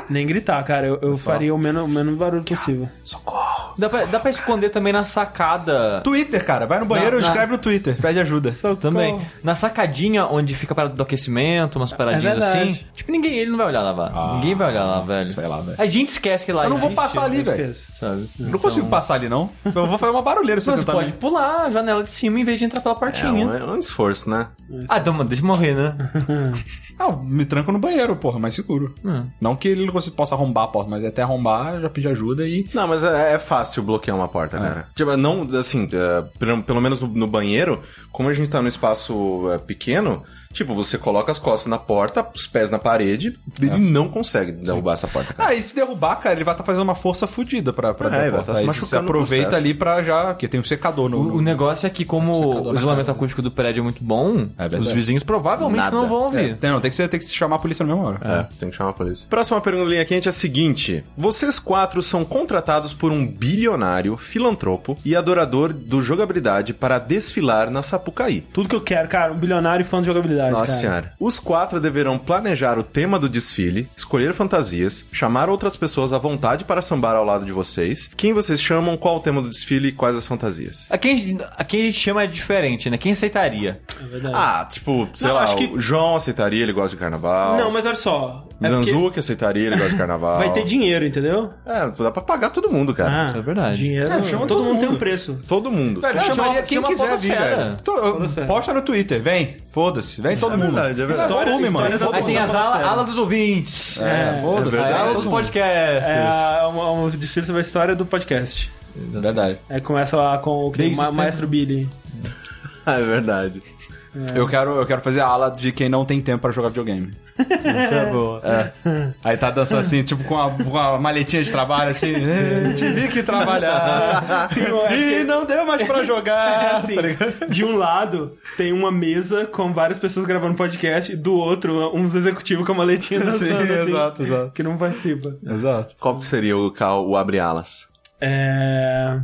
Speaker 2: nem gritar, cara. Eu, eu faria o menos, o menos barulho possível.
Speaker 3: Socorro!
Speaker 4: Dá pra, dá pra esconder também na sacada.
Speaker 3: Twitter, cara. Vai no banheiro
Speaker 4: Não,
Speaker 3: e
Speaker 4: não.
Speaker 3: escreve no Twitter. Pede ajuda.
Speaker 4: Também. Na sacadinha onde fica a parada do aquecimento, umas paradinhas
Speaker 2: verdade.
Speaker 4: assim. Tipo, ninguém, ele não vai olhar lá, vá.
Speaker 3: É Ah,
Speaker 4: ninguém vai olhar lá, velho.
Speaker 3: sei lá, velho.
Speaker 4: A gente esquece que lá
Speaker 3: Eu não vou
Speaker 4: existe,
Speaker 3: passar ali, velho.
Speaker 2: Esqueça.
Speaker 4: Sabe?
Speaker 3: Não consigo passar ali, não. Eu vou fazer uma barulheira se eu
Speaker 4: Mas
Speaker 3: tentar.
Speaker 4: pode pular a janela de cima em vez de entrar pela
Speaker 1: É um,
Speaker 4: partinha.
Speaker 1: é um esforço, né?
Speaker 4: Ah, então, mano, deixa eu morrer, né?
Speaker 3: Ah, eu me tranco no banheiro, porra, mais seguro.
Speaker 4: Hum.
Speaker 3: Não que ele não consiga- possa arrombar a porta, mas até arrombar, eu já pedi ajuda e.
Speaker 1: Não, mas é, é fácil bloquear uma porta, cara. Tipo, não, assim, é, pelo- pelo menos no, no banheiro, como a gente tá num espaço é, pequeno, tipo, você coloca as costas na porta, os pés na parede, ele não consegue derrubar essa porta, cara.
Speaker 3: Ah, e se derrubar, cara, ele vai estar fazendo uma força fodida pra, pra
Speaker 1: É,
Speaker 3: dar
Speaker 1: ele vai
Speaker 3: porta.
Speaker 1: tá se
Speaker 3: Aí
Speaker 1: machucando
Speaker 3: Você aproveita
Speaker 1: no processo.
Speaker 3: ali pra já. Porque tem um secador no.
Speaker 4: O, o
Speaker 3: no-
Speaker 4: negócio é que, como o isolamento acústico do prédio é muito bom,
Speaker 3: É verdade.
Speaker 4: os vizinhos provavelmente
Speaker 1: Nada.
Speaker 4: não vão
Speaker 3: É,
Speaker 4: ouvir.
Speaker 3: tem- não, tem que, ser, tem que se chamar a polícia na mesma hora.
Speaker 1: É, tem que chamar a polícia. Próxima pergunta do linha quente é a seguinte: Vocês quatro são contratados por um bilionário, filantropo e adorador do jogabilidade para desfilar na Sapucaí.
Speaker 2: Tudo que eu quero, cara, um bilionário e fã de jogabilidade.
Speaker 1: Nossa
Speaker 2: cara.
Speaker 1: senhora. Os quatro deverão planejar o tema do desfile, escolher fantasias, chamar outras pessoas à vontade para sambar ao lado de vocês. Quem vocês chamam, qual o tema do desfile e quais as fantasias?
Speaker 4: A quem, a quem a gente chama é diferente, né? Quem aceitaria?
Speaker 2: É verdade.
Speaker 1: Ah, tipo, sei
Speaker 2: Não,
Speaker 1: lá,
Speaker 2: acho
Speaker 1: o João aceitaria, ele gosta de carnaval.
Speaker 2: Não, mas olha só. é porque
Speaker 1: Zanzuki aceitaria, ele gosta de carnaval.
Speaker 2: vai ter Ah. dinheiro, entendeu?
Speaker 1: É, dá pra pagar todo mundo, cara.
Speaker 4: isso é verdade.
Speaker 2: Dinheiro.
Speaker 3: É, chama
Speaker 2: todo,
Speaker 3: todo
Speaker 2: mundo, tem um
Speaker 3: mundo.
Speaker 2: preço.
Speaker 1: Todo mundo.
Speaker 2: É,
Speaker 3: Velho, eu
Speaker 4: Não,
Speaker 3: chamaria
Speaker 4: chama-
Speaker 3: quem
Speaker 4: chama a
Speaker 3: quiser vir,
Speaker 4: podosfera.
Speaker 3: velho. Tô- eu-
Speaker 2: Podosfera.
Speaker 3: posta no Twitter, vem. Foda-se, vem todo
Speaker 1: é
Speaker 3: mundo.
Speaker 1: verdade, é verdade.
Speaker 3: Isso
Speaker 2: História-
Speaker 3: volume,
Speaker 2: história
Speaker 3: mano.
Speaker 2: da-
Speaker 4: Aí
Speaker 3: Foda-se.
Speaker 4: tem as
Speaker 2: Todo mundo
Speaker 4: alas
Speaker 2: fala
Speaker 4: ala dos ouvintes.
Speaker 3: É, foda-se.
Speaker 1: É
Speaker 4: A ala
Speaker 1: verdade.
Speaker 4: dos
Speaker 3: todo mundo.
Speaker 4: podcasters.
Speaker 2: É uma, uma desfile sobre a história do podcast.
Speaker 3: É Verdade.
Speaker 2: Aí começa lá com o que tem
Speaker 4: Desde
Speaker 2: Ma-
Speaker 4: sempre.
Speaker 2: Maestro Billy.
Speaker 1: É verdade.
Speaker 3: Eu, quero, eu quero fazer a ala de quem não tem tempo pra jogar videogame.
Speaker 2: Isso é boa.
Speaker 3: Aí tá dançando assim, tipo, com a, com a maletinha de trabalho, assim. "Eh, Tive que trabalhar.
Speaker 2: Tem um- é
Speaker 3: e
Speaker 2: que-
Speaker 3: não deu mais pra
Speaker 2: É
Speaker 3: jogar.
Speaker 2: assim,
Speaker 3: tá ligado?
Speaker 2: de um lado tem uma mesa com várias pessoas gravando podcast, do outro, uns executivos com uma letinha dançando,
Speaker 3: Sim,
Speaker 2: assim,
Speaker 3: exato, exato.
Speaker 2: que não participa.
Speaker 3: Exato.
Speaker 1: Qual que seria o, cal- o abre alas?
Speaker 2: É.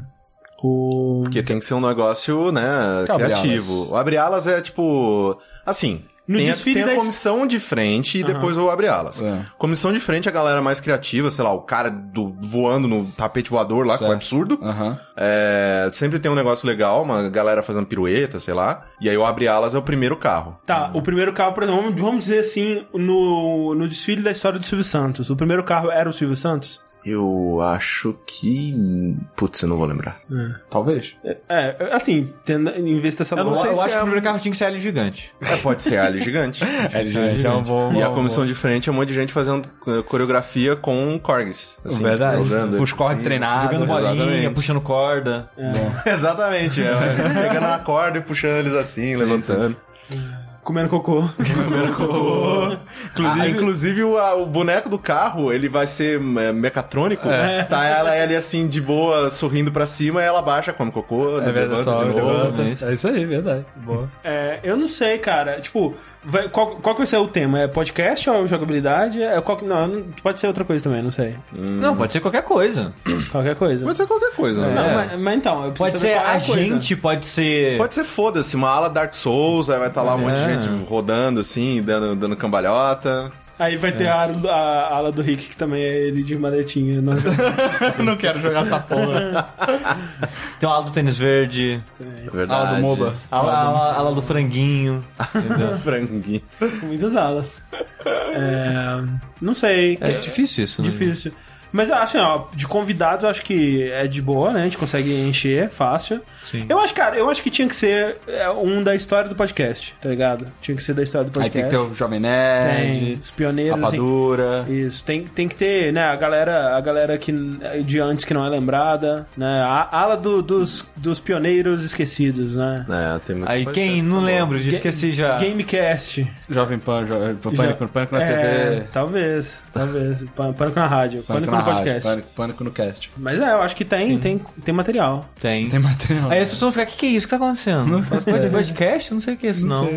Speaker 2: O.
Speaker 1: Porque tem que ser um negócio, né,
Speaker 3: Que abre
Speaker 1: criativo.
Speaker 3: alas.
Speaker 1: O abre alas é tipo. Assim.
Speaker 2: No
Speaker 1: tem a,
Speaker 2: desfile
Speaker 1: tem a
Speaker 2: da es-
Speaker 1: comissão de frente e depois o abre alas.
Speaker 3: É.
Speaker 1: Comissão de frente, a galera mais criativa, sei lá, o cara do, voando no tapete voador lá, que é um
Speaker 3: Certo.
Speaker 1: absurdo.
Speaker 3: Aham.
Speaker 1: É, sempre tem um negócio legal, uma galera fazendo pirueta, sei lá. E aí o abre alas é o primeiro carro.
Speaker 2: Tá, o primeiro carro, por exemplo, vamos, vamos dizer assim, no, no desfile da história do Silvio Santos. O primeiro carro era o Silvio Santos?
Speaker 1: Eu acho que. Putz, eu não vou lembrar.
Speaker 3: Talvez.
Speaker 2: É, assim, tendo, em vez dessa
Speaker 4: Eu,
Speaker 1: não sei
Speaker 4: eu
Speaker 1: se
Speaker 4: acho
Speaker 1: é
Speaker 4: que o
Speaker 1: um-
Speaker 4: primeiro carro tinha que ser L gigante.
Speaker 1: É, pode ser a Ali Gigante.
Speaker 3: já é um bom.
Speaker 1: E a comissão de frente é um monte de gente fazendo eh, coreografia com corgis. assim,
Speaker 3: Verdade.
Speaker 1: jogando,
Speaker 3: Os corre
Speaker 1: assim.
Speaker 3: treinados.
Speaker 4: Jogando bolinha,
Speaker 1: exatamente.
Speaker 4: puxando corda.
Speaker 1: Exatamente, é. Pegando na corda e puxando eles assim, levantando.
Speaker 2: Comendo cocô.
Speaker 1: Inclusive, Ah, inclusive o, a- o boneco do carro, ele vai ser é, mecatrônico. Tá ela, ele assim, de boa, sorrindo pra cima, e ela baixa, come cocô, né,
Speaker 3: É verdade,
Speaker 1: levanta
Speaker 3: só
Speaker 1: de novo. né?
Speaker 3: levanta. É isso aí, verdade. Boa.
Speaker 2: É, eu não sei, cara. Tipo, vai- qual, qual que vai ser o tema? É podcast ou jogabilidade? É, qual que- não, não- pode ser outra coisa também, não sei.
Speaker 4: Não, pode ser qualquer coisa.
Speaker 2: Qualquer coisa.
Speaker 1: Pode ser qualquer coisa,
Speaker 2: Não,
Speaker 1: né?
Speaker 2: mas, mas então, eu preciso
Speaker 4: Pode
Speaker 2: saber
Speaker 4: ser
Speaker 2: qual é
Speaker 4: a
Speaker 2: coisa.
Speaker 4: gente, pode ser.
Speaker 1: Pode ser foda-se, uma ala Dark Souls, aí vai estar tá lá um monte de
Speaker 4: É.
Speaker 1: gente rodando assim, dando, dando cambalhota.
Speaker 2: Aí vai ter a, a- a ala do Rick, que também é ele de maletinha. Nós
Speaker 3: não quero jogar essa porra.
Speaker 4: Tem uma ala do tênis verde,
Speaker 1: Verdade.
Speaker 3: do MOBA.
Speaker 4: a ala, a ala- a ala do franguinho.
Speaker 1: Franguinho.
Speaker 2: com muitas alas. É, não sei.
Speaker 4: É
Speaker 2: que-
Speaker 4: difícil isso, né?
Speaker 2: Difícil. Mas assim, ó, de convidados eu acho que é de boa, né? A gente consegue encher, fácil.
Speaker 4: Sim.
Speaker 2: Eu acho, cara, eu acho que tinha que ser é, um da história do podcast, tá ligado? Tinha que ser da história do
Speaker 3: Aí
Speaker 2: podcast.
Speaker 3: tem que ter o Jovem
Speaker 2: Tem
Speaker 3: Nerd,
Speaker 2: os pioneiros, assim.
Speaker 3: Rapadura.
Speaker 2: Isso, tem, tem que ter, né, a galera, a galera que, de antes que não é lembrada, né? A ala do- dos, dos pioneiros esquecidos, né?
Speaker 1: É, tem muito
Speaker 4: Aí
Speaker 1: coisa.
Speaker 4: quem não lembro, já
Speaker 2: Ga-
Speaker 4: esqueci já.
Speaker 2: Gamecast.
Speaker 3: Jovem Pan, Jovem Pan, Ah. Pânico, Pânico na
Speaker 2: é,
Speaker 3: TV.
Speaker 2: Talvez, talvez. Pân- Pânico na rádio, pânico,
Speaker 3: na
Speaker 2: no
Speaker 3: rádio,
Speaker 2: podcast.
Speaker 3: Pânico, Pânico no cast.
Speaker 2: Mas é, eu acho que tem, tem, tem material.
Speaker 4: Tem.
Speaker 3: Tem material.
Speaker 4: Aí as pessoas vão ficar, o que, que é isso que tá acontecendo? Não faço podcast? Não sei o que é isso, não.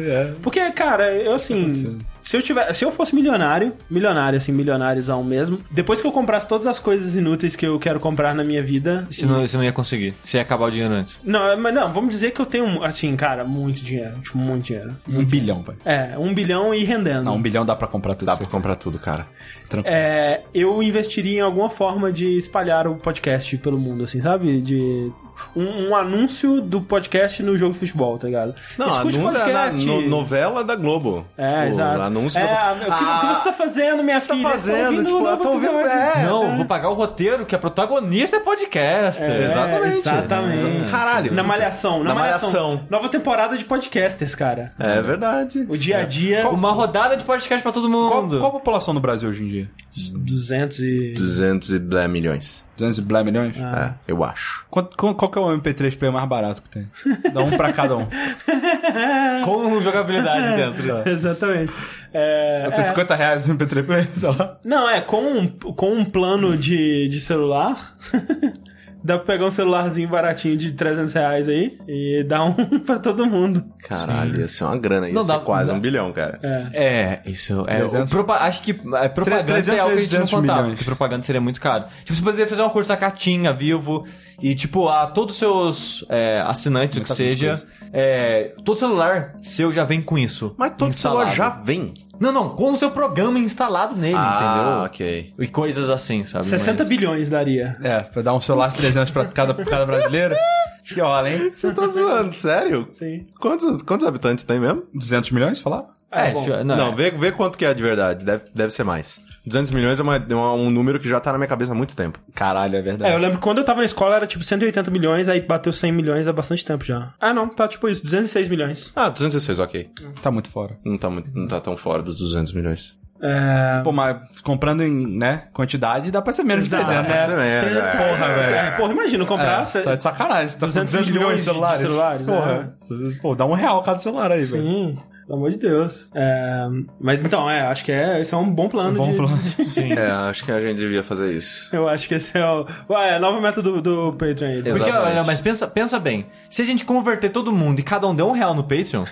Speaker 2: Porque, cara, eu assim. Se eu, tiver, se eu fosse milionário, milionário, assim, milionáriozão mesmo, depois que eu comprasse todas as coisas inúteis que eu quero comprar na minha vida.
Speaker 4: Você não, você não ia conseguir. Você ia acabar o dinheiro antes.
Speaker 2: Não, é, mas não, vamos dizer que eu tenho, assim, cara, muito dinheiro. Tipo, muito dinheiro.
Speaker 3: Um bilhão, pai.
Speaker 2: É, um bilhão e rendendo.
Speaker 3: Não, um bilhão dá pra comprar tudo.
Speaker 1: Dá
Speaker 3: isso
Speaker 1: pra
Speaker 3: aí.
Speaker 1: comprar tudo, cara.
Speaker 3: Tranquilo.
Speaker 2: É, eu investiria em alguma forma de espalhar o podcast pelo mundo, assim, sabe? De. Um, um anúncio do podcast no jogo de futebol, tá ligado?
Speaker 1: Não, anúncio da- na, no- novela da Globo.
Speaker 2: É,
Speaker 1: Tipo,
Speaker 2: exato.
Speaker 1: Anúncio
Speaker 2: é,
Speaker 1: da...
Speaker 2: o, que, o que você tá fazendo, minha
Speaker 1: tá
Speaker 2: filha? Eu tô
Speaker 1: fazendo?
Speaker 2: ouvindo
Speaker 1: Tipo,
Speaker 2: o
Speaker 1: eu
Speaker 2: novo
Speaker 1: tô ouvindo-
Speaker 2: episódio.
Speaker 1: é.
Speaker 4: não, vou pagar o roteiro, que a protagonista né? é podcast.
Speaker 2: É,
Speaker 1: Exatamente.
Speaker 2: Exatamente.
Speaker 1: Caralho.
Speaker 2: Na malhação, na,
Speaker 1: é, Na
Speaker 2: malhação.
Speaker 1: Malhação.
Speaker 2: Nova temporada de podcasters, cara.
Speaker 1: É verdade.
Speaker 2: O dia a dia.
Speaker 4: Uma rodada de podcast pra todo
Speaker 3: Qual,
Speaker 4: mundo.
Speaker 3: qual a população do Brasil hoje em dia?
Speaker 2: 200 e.
Speaker 1: 200 e blé milhões.
Speaker 3: 200 e blé milhões?
Speaker 1: É, eu acho.
Speaker 3: Quanto- Qual, qual que é o MP3 player mais barato que tem? Dá um pra cada um.
Speaker 4: Com jogabilidade dentro.
Speaker 2: Exatamente. É,
Speaker 3: Tem 50 reais no MP3 player, sei lá.
Speaker 2: Não, é, com um, com um plano de, de celular. Dá pra pegar um celularzinho baratinho de 300 reais aí e dar um pra todo mundo.
Speaker 1: Caralho, ia ser é uma grana. Ia
Speaker 4: Não
Speaker 1: ser
Speaker 4: dá-
Speaker 1: quase
Speaker 4: dá.
Speaker 1: um bilhão, cara.
Speaker 4: É, isso é.
Speaker 3: 300.
Speaker 4: o propa- acho que é, propaganda é algo
Speaker 3: 300
Speaker 4: que a gente não
Speaker 3: vezes 200
Speaker 4: contava.
Speaker 3: milhões.
Speaker 4: Porque propaganda seria muito caro. Tipo, você poderia fazer uma coisa da Catinha, vivo. E, tipo, a todos os seus é, assinantes, o que seja. é, todo celular seu já vem com isso.
Speaker 1: Mas todo celular
Speaker 4: instalado.
Speaker 1: já vem.
Speaker 4: Não, não, com o seu programa instalado nele,
Speaker 1: Ah,
Speaker 4: entendeu?
Speaker 1: ok.
Speaker 4: E coisas assim, sabe?
Speaker 2: 60
Speaker 4: Mas-
Speaker 2: bilhões daria.
Speaker 3: É, pra dar um celular de 300 pra cada, pra cada brasileiro. Acho que olha, hein?
Speaker 1: Você tá zoando, sério?
Speaker 2: Sim.
Speaker 1: Quantos, quantos habitantes tem mesmo?
Speaker 3: 200 milhões, falaram?
Speaker 2: Ah,
Speaker 4: É,
Speaker 2: bom.
Speaker 4: deixa-
Speaker 1: Não,
Speaker 4: não, é.
Speaker 1: vê, vê quanto que é de verdade. Deve, deve ser mais. 200 milhões é uma- é uma- um número que já tá na minha cabeça há muito tempo.
Speaker 3: Caralho, é
Speaker 2: É, eu
Speaker 3: verdade.
Speaker 2: lembro que quando eu tava na escola era tipo 180 milhões, aí bateu 100 milhões há bastante tempo já. Ah, não, tá tipo isso, 206 milhões.
Speaker 1: Ah, 206, ok.
Speaker 3: Tá muito fora.
Speaker 1: Não tá, muito- não tá tão fora dos 200 milhões.
Speaker 2: É.
Speaker 3: Pô, mas comprando em, né, quantidade, dá pra ser menos de
Speaker 2: Exato.
Speaker 3: 300,
Speaker 1: Isso
Speaker 3: né?
Speaker 1: é,
Speaker 2: Tem essa-
Speaker 1: é.
Speaker 3: Porra, velho.
Speaker 2: É, porra, imagina eu comprar.
Speaker 3: É, tá de sacanagem. Tá com
Speaker 2: 200 milhões de celulares, né?
Speaker 3: Porra. Pô, dá um real cada celular aí, velho.
Speaker 2: Sim, pelo amor de Deus. É, mas então, é, acho que é, esse é um bom plano.
Speaker 3: Bom
Speaker 2: de-
Speaker 3: plano.
Speaker 4: Sim.
Speaker 1: É, acho que a gente devia fazer isso.
Speaker 2: Eu acho que esse é o. Ué, é a nova meta do, do Patreon aí.
Speaker 1: Exato.
Speaker 4: Porque,
Speaker 1: Exatamente.
Speaker 4: olha, mas pensa, pensa bem. Se a gente converter todo mundo e cada um der um real no Patreon,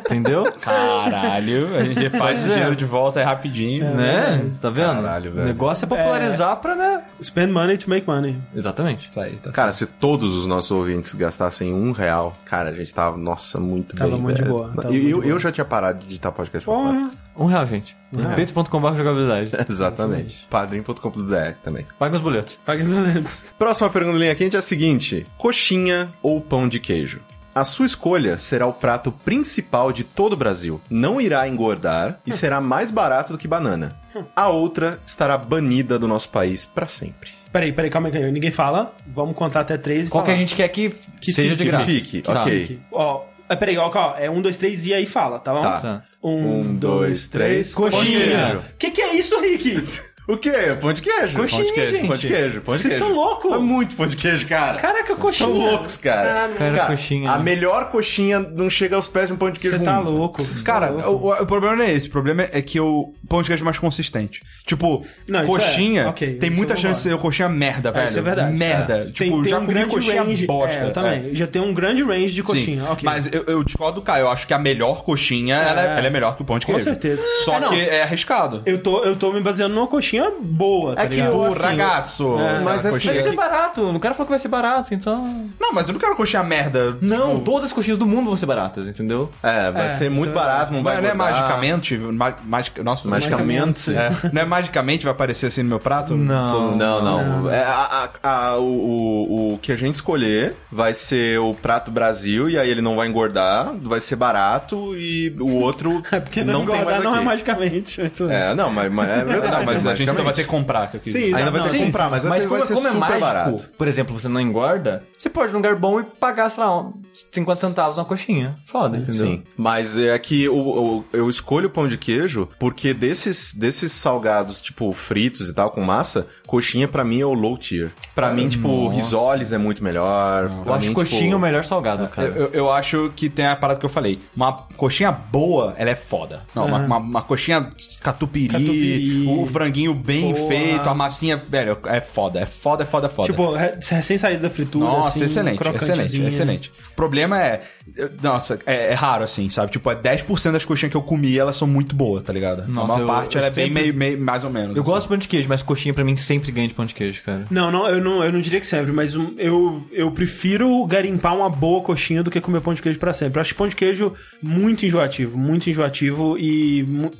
Speaker 4: entendeu?
Speaker 3: Caralho, a gente faz esse
Speaker 4: é.
Speaker 3: dinheiro de volta aí rapidinho, né?
Speaker 4: Né? Tá vendo?
Speaker 1: Caralho, velho.
Speaker 4: O negócio é popularizar pra, né?
Speaker 2: Spend money to make money.
Speaker 4: Exatamente.
Speaker 3: Tá aí, tá
Speaker 1: Cara, se todos os nossos ouvintes gastassem um real, cara, a gente tava, nossa, muito
Speaker 2: Tava
Speaker 1: bem,
Speaker 2: muito de
Speaker 1: velho.
Speaker 2: boa, tava
Speaker 1: eu,
Speaker 2: muito
Speaker 1: eu,
Speaker 2: boa.
Speaker 1: eu já tinha parado de editar podcast. pra
Speaker 2: Porra.
Speaker 4: Um real, gente.
Speaker 2: real.
Speaker 4: Peito.com.br jogabilidade.
Speaker 1: falar. Exatamente. Padrim.com.br também.
Speaker 4: Paga os boletos.
Speaker 2: Paga os boletos.
Speaker 1: Próxima pergunta linha quente é a seguinte: coxinha ou pão de queijo? A sua escolha será o prato principal de todo o Brasil. Não irá engordar e será mais barato do que banana. a outra estará banida do nosso país pra sempre.
Speaker 2: Peraí, peraí, calma aí, calma aí. Ninguém fala. Vamos contar até três e
Speaker 4: Qual que a
Speaker 2: falar.
Speaker 4: gente quer que,
Speaker 2: Que
Speaker 4: seja
Speaker 2: fique,
Speaker 4: de graça?
Speaker 1: Fique,
Speaker 4: Tá.
Speaker 1: ok.
Speaker 2: Ó, é, peraí, ó, ó, é um, dois, três e aí fala, tá bom?
Speaker 1: Tá.
Speaker 4: Tá.
Speaker 2: Um,
Speaker 1: Um, dois,
Speaker 2: dois,
Speaker 1: três. Pão de
Speaker 2: Coxinha!
Speaker 1: queijo.
Speaker 2: O que, que é isso, Rick?
Speaker 1: O quê? Pão de queijo.
Speaker 4: Coxinha,
Speaker 1: pão de queijo,
Speaker 4: gente.
Speaker 1: pão de queijo, pão de
Speaker 2: Vocês
Speaker 1: queijo.
Speaker 2: tão louco?
Speaker 1: É muito pão de queijo, cara.
Speaker 2: Caraca, coxinha.
Speaker 1: São loucos, cara.
Speaker 2: Caralho.
Speaker 4: Cara, coxinha. né?
Speaker 1: A melhor coxinha não chega aos pés de um pão de queijo
Speaker 2: Você tá
Speaker 1: ruim.
Speaker 2: louco. cê tá
Speaker 3: Cara,
Speaker 2: louco.
Speaker 3: o, o problema não é esse. O problema é que o pão de queijo é mais consistente. Tipo,
Speaker 2: Não, isso
Speaker 3: coxinha,
Speaker 2: é. Ok,
Speaker 3: tem
Speaker 2: isso
Speaker 3: muita
Speaker 2: eu
Speaker 3: chance de ser coxinha merda, velho.
Speaker 2: isso é verdade. um
Speaker 3: Merda. Tipo, já comi coxinha
Speaker 2: range.
Speaker 3: bosta.
Speaker 2: é, eu também. Já tem um grande range de coxinha.
Speaker 3: Sim,
Speaker 2: ok.
Speaker 3: Mas é eu, eu discordo do Caio. Eu acho que a melhor coxinha, Ela, é, ela é melhor que o pão de
Speaker 2: Com
Speaker 3: queijo.
Speaker 2: certeza.
Speaker 3: Só
Speaker 2: É, não.
Speaker 3: que é arriscado.
Speaker 2: Eu tô, eu tô me baseando numa coxinha boa, tá
Speaker 1: É que
Speaker 2: ligado?
Speaker 1: eu-
Speaker 3: Pô,
Speaker 1: assim,
Speaker 3: ragazzo.
Speaker 2: é,
Speaker 3: cara,
Speaker 1: mas assim,
Speaker 3: coxinha.
Speaker 4: Deve
Speaker 1: é
Speaker 4: ser barato. O cara falou que vai ser barato, então...
Speaker 3: Não, mas eu não quero coxinha merda.
Speaker 4: Não, todas as coxinhas do mundo vão ser baratas, entendeu?
Speaker 1: É, vai
Speaker 2: É,
Speaker 1: ser muito
Speaker 2: isso é
Speaker 1: barato, não vai
Speaker 3: Mas não é
Speaker 1: botar-
Speaker 3: magicamente? Ma magic- nossa,
Speaker 1: Magicamente.
Speaker 3: É. Não é magicamente vai aparecer assim no meu prato?
Speaker 1: Não, não. É, a- a- a- o, o, o que a gente escolher vai ser o prato Brasil, e aí ele não vai engordar, vai ser barato, e o outro
Speaker 2: É porque não,
Speaker 1: tem
Speaker 2: engordar
Speaker 1: mais
Speaker 2: não
Speaker 1: aqui.
Speaker 2: é magicamente. Isso
Speaker 1: É, não, mas, mas é verdade.
Speaker 3: Não, mas a gente
Speaker 1: magicamente.
Speaker 3: ainda vai ter que comprar. que eu quis
Speaker 2: Sim,
Speaker 3: dizer.
Speaker 1: Ainda vai ter que
Speaker 2: Sim,
Speaker 1: comprar,
Speaker 2: sim.
Speaker 1: mas,
Speaker 4: Mas
Speaker 1: vai
Speaker 4: como,
Speaker 1: ser
Speaker 4: como é
Speaker 1: super
Speaker 4: mágico,
Speaker 1: barato.
Speaker 4: por exemplo, você não engorda, você pode ir num lugar bom e pagar, sei lá, um- 50 centavos uma coxinha. Foda, entendeu?
Speaker 1: Sim. Mas é que o, o- eu escolho o pão de queijo porque desses, desses salgados, tipo, fritos e tal, com massa, coxinha pra mim é o low tier. Pra mim, tipo, risoles é muito melhor. pra
Speaker 4: Eu acho
Speaker 1: mim,
Speaker 4: coxinha é
Speaker 1: tipo,
Speaker 4: o melhor salgado, cara.
Speaker 3: Eu, eu- eu acho que tem a parada que eu falei. Uma coxinha boa, ela é foda. Não, uma, uma- uma coxinha catupiry,
Speaker 2: Catupiry.
Speaker 3: o franguinho bem
Speaker 2: Porra.
Speaker 3: feito, a massinha, velho, é foda. É foda, é foda, é foda.
Speaker 2: Tipo, re- recém saído da fritura,
Speaker 3: Nossa,
Speaker 2: assim,
Speaker 3: excelente, excelente,
Speaker 2: crocantezinha.
Speaker 3: excelente. O problema é. eu- Nossa, é, é raro assim, sabe? Tipo, é 10% das coxinhas que eu comi, elas são muito boas, tá ligado?
Speaker 4: Nossa,
Speaker 3: a maior
Speaker 4: eu-
Speaker 3: parte
Speaker 4: eu
Speaker 3: ela é
Speaker 4: sempre-
Speaker 3: bem meio, meio- mais ou menos.
Speaker 4: Eu
Speaker 3: assim.
Speaker 4: gosto de pão de queijo, mas coxinha pra mim sempre ganha de pão de queijo, cara.
Speaker 2: Não, não eu, não, eu não diria que sempre, mas um- eu, eu prefiro garimpar uma boa coxinha do que comer pão de queijo pra sempre. Eu acho pão de queijo muito enjoativo, muito enjoativo e, mu-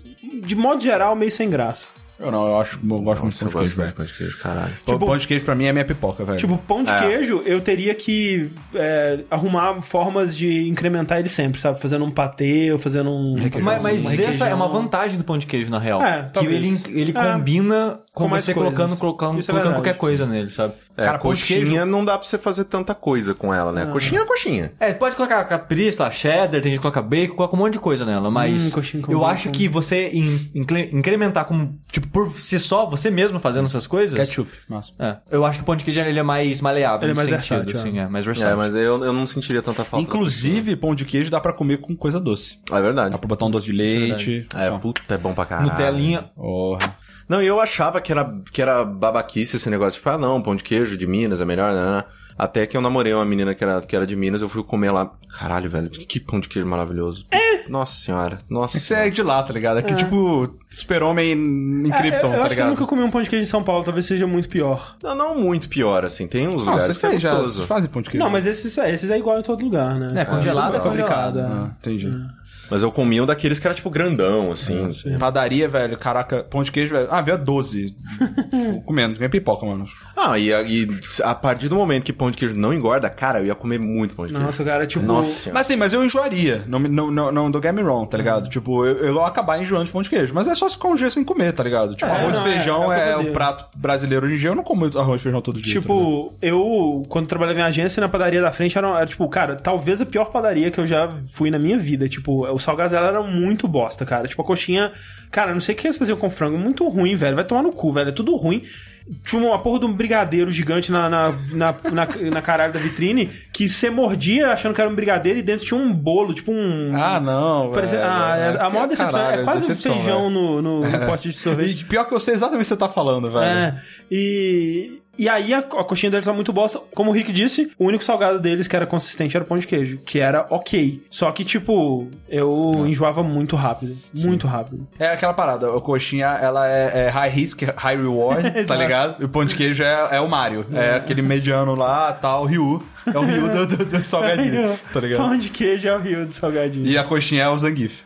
Speaker 2: de modo geral, meio sem graça.
Speaker 3: Eu não, eu acho. Eu gosto muito de
Speaker 1: Eu
Speaker 3: pão
Speaker 1: gosto
Speaker 3: de queijo,
Speaker 1: muito de
Speaker 3: velho.
Speaker 1: pão de queijo, caralho.
Speaker 3: Pão- pão de queijo pra mim é minha pipoca, velho.
Speaker 2: Tipo, pão de queijo, eu teria que é, arrumar formas de incrementar ele sempre, sabe? Fazendo um patê ou fazendo um.
Speaker 4: Mas, mas
Speaker 2: um
Speaker 4: essa
Speaker 2: requeijão.
Speaker 4: é uma vantagem do pão de queijo, na real.
Speaker 2: É,
Speaker 4: que
Speaker 2: talvez.
Speaker 4: ele, ele
Speaker 2: É.
Speaker 4: combina com,
Speaker 2: Com mais
Speaker 4: você
Speaker 2: coisas.
Speaker 4: colocando, colocando,
Speaker 2: Isso é
Speaker 4: colocando
Speaker 2: verdade,
Speaker 4: qualquer coisa nele, sabe?
Speaker 1: É,
Speaker 4: Cara, pão de
Speaker 1: coxinha
Speaker 4: queijo-
Speaker 1: não dá pra você fazer tanta coisa com ela, né? Coxinha é coxinha.
Speaker 4: É, pode colocar capri, sei lá, cheddar, tem gente que coloca bacon, coloca um monte de coisa nela,
Speaker 2: Hum,
Speaker 4: mas
Speaker 2: coxinha com
Speaker 4: eu
Speaker 2: bacon.
Speaker 4: acho que você in- incre- incrementar como, tipo, por si só, você mesmo fazendo essas coisas...
Speaker 3: ketchup. Nossa.
Speaker 4: É, eu acho que o pão de queijo ele é mais maleável
Speaker 2: Ele é
Speaker 4: nesse
Speaker 2: mais
Speaker 4: sentido,
Speaker 2: versátil,
Speaker 4: assim, é, mais
Speaker 1: É,
Speaker 4: versátil.
Speaker 1: mas eu, eu não sentiria tanta falta. da
Speaker 3: Inclusive, pão de queijo dá pra comer com coisa doce.
Speaker 1: coxinha. É verdade.
Speaker 3: Dá pra botar um doce de leite.
Speaker 1: É, puta, é bom pra caralho.
Speaker 4: Nutelinha,
Speaker 3: Porra.
Speaker 1: Não, e eu achava que era, que era babaquice esse negócio. Tipo, ah, não, pão de queijo de Minas é melhor, né, né? Até que eu namorei uma menina que era, que era de Minas, eu fui comer lá. Caralho, velho, que pão de queijo maravilhoso. Nossa senhora, nossa.
Speaker 3: É. Isso é de lá, tá ligado? É que, tipo, super-homem em
Speaker 2: É,
Speaker 3: Krypton,
Speaker 2: eu, eu
Speaker 3: tá
Speaker 2: acho que eu
Speaker 3: ligado?
Speaker 2: nunca comi um pão de queijo em São Paulo, talvez seja muito pior.
Speaker 1: Não, não muito pior, assim. Tem uns
Speaker 3: Não,
Speaker 1: lugares
Speaker 3: vocês,
Speaker 1: que é
Speaker 3: fazem- já,
Speaker 1: gostoso.
Speaker 3: vocês fazem pão de queijo.
Speaker 2: Não, mas esses, esses é igual em todo lugar, né?
Speaker 4: É, congelado é
Speaker 2: fabricado.
Speaker 4: congelado.
Speaker 3: Ah, entendi.
Speaker 1: Mas eu comia um daqueles que era, tipo, grandão, assim.
Speaker 3: Ah, Padaria, velho, caraca, pão de queijo, velho. Ah, veio 12. Vou comendo, minha pipoca, mano.
Speaker 1: Ah, e, a- e a partir do momento que pão de queijo não engorda, cara, eu ia comer muito pão de queijo.
Speaker 2: Nossa, cara, tipo.
Speaker 1: Nossa senhora.
Speaker 3: Mas assim, mas eu enjoaria. Não, me- não, não, não do me wrong, tá ligado? Tipo, eu, eu vou acabar enjoando de pão de queijo. Mas é só se ficar um dia sem comer, tá ligado? Tipo,
Speaker 2: É,
Speaker 3: arroz e
Speaker 2: não, é,
Speaker 3: feijão
Speaker 2: é o que eu
Speaker 3: é,
Speaker 2: fazia.
Speaker 3: o prato brasileiro hoje em dia. Eu não como arroz e feijão todo dia. tá ligado?
Speaker 2: Tipo, eu, quando trabalhava em agência, na padaria da frente, era, era, tipo, cara, talvez a pior padaria que eu já fui na minha vida. Tipo, o salgazela era muito bosta, cara. Tipo, a coxinha, cara, não sei o que eles faziam com frango, muito ruim, velho. Vai tomar no cu, velho. É tudo ruim. Tinha uma porra de um brigadeiro gigante na, na, na, na, na caralho da vitrine que você mordia achando que era um brigadeiro e dentro tinha um bolo, tipo um.
Speaker 3: Ah, não.
Speaker 2: Parecia-
Speaker 3: velho,
Speaker 2: ah,
Speaker 3: velho.
Speaker 2: a maior decepção
Speaker 3: Caralho,
Speaker 2: é quase um
Speaker 3: decepção, né? É.
Speaker 2: feijão
Speaker 3: velho.
Speaker 2: no, no, no pote de sorvete.
Speaker 3: E pior que eu sei exatamente o que você tá falando, velho.
Speaker 2: É, e, e aí a, a coxinha deles tá muito bosta. Como o Rick disse, o único salgado deles que era consistente era o pão de queijo, que era ok. Só que, tipo, eu enjoava muito rápido. Muito rápido.
Speaker 3: É aquela parada, a coxinha, ela é, é high risk, high reward, tá
Speaker 2: Exato.
Speaker 3: ligado? E o pão de queijo é, é o Mario. É aquele mediano lá, tal, o Ryu. É o Ryu do, do, do salgadinho, tá ligado?
Speaker 2: Pão de queijo é o rio do salgadinho.
Speaker 3: E a coxinha é o Zangief.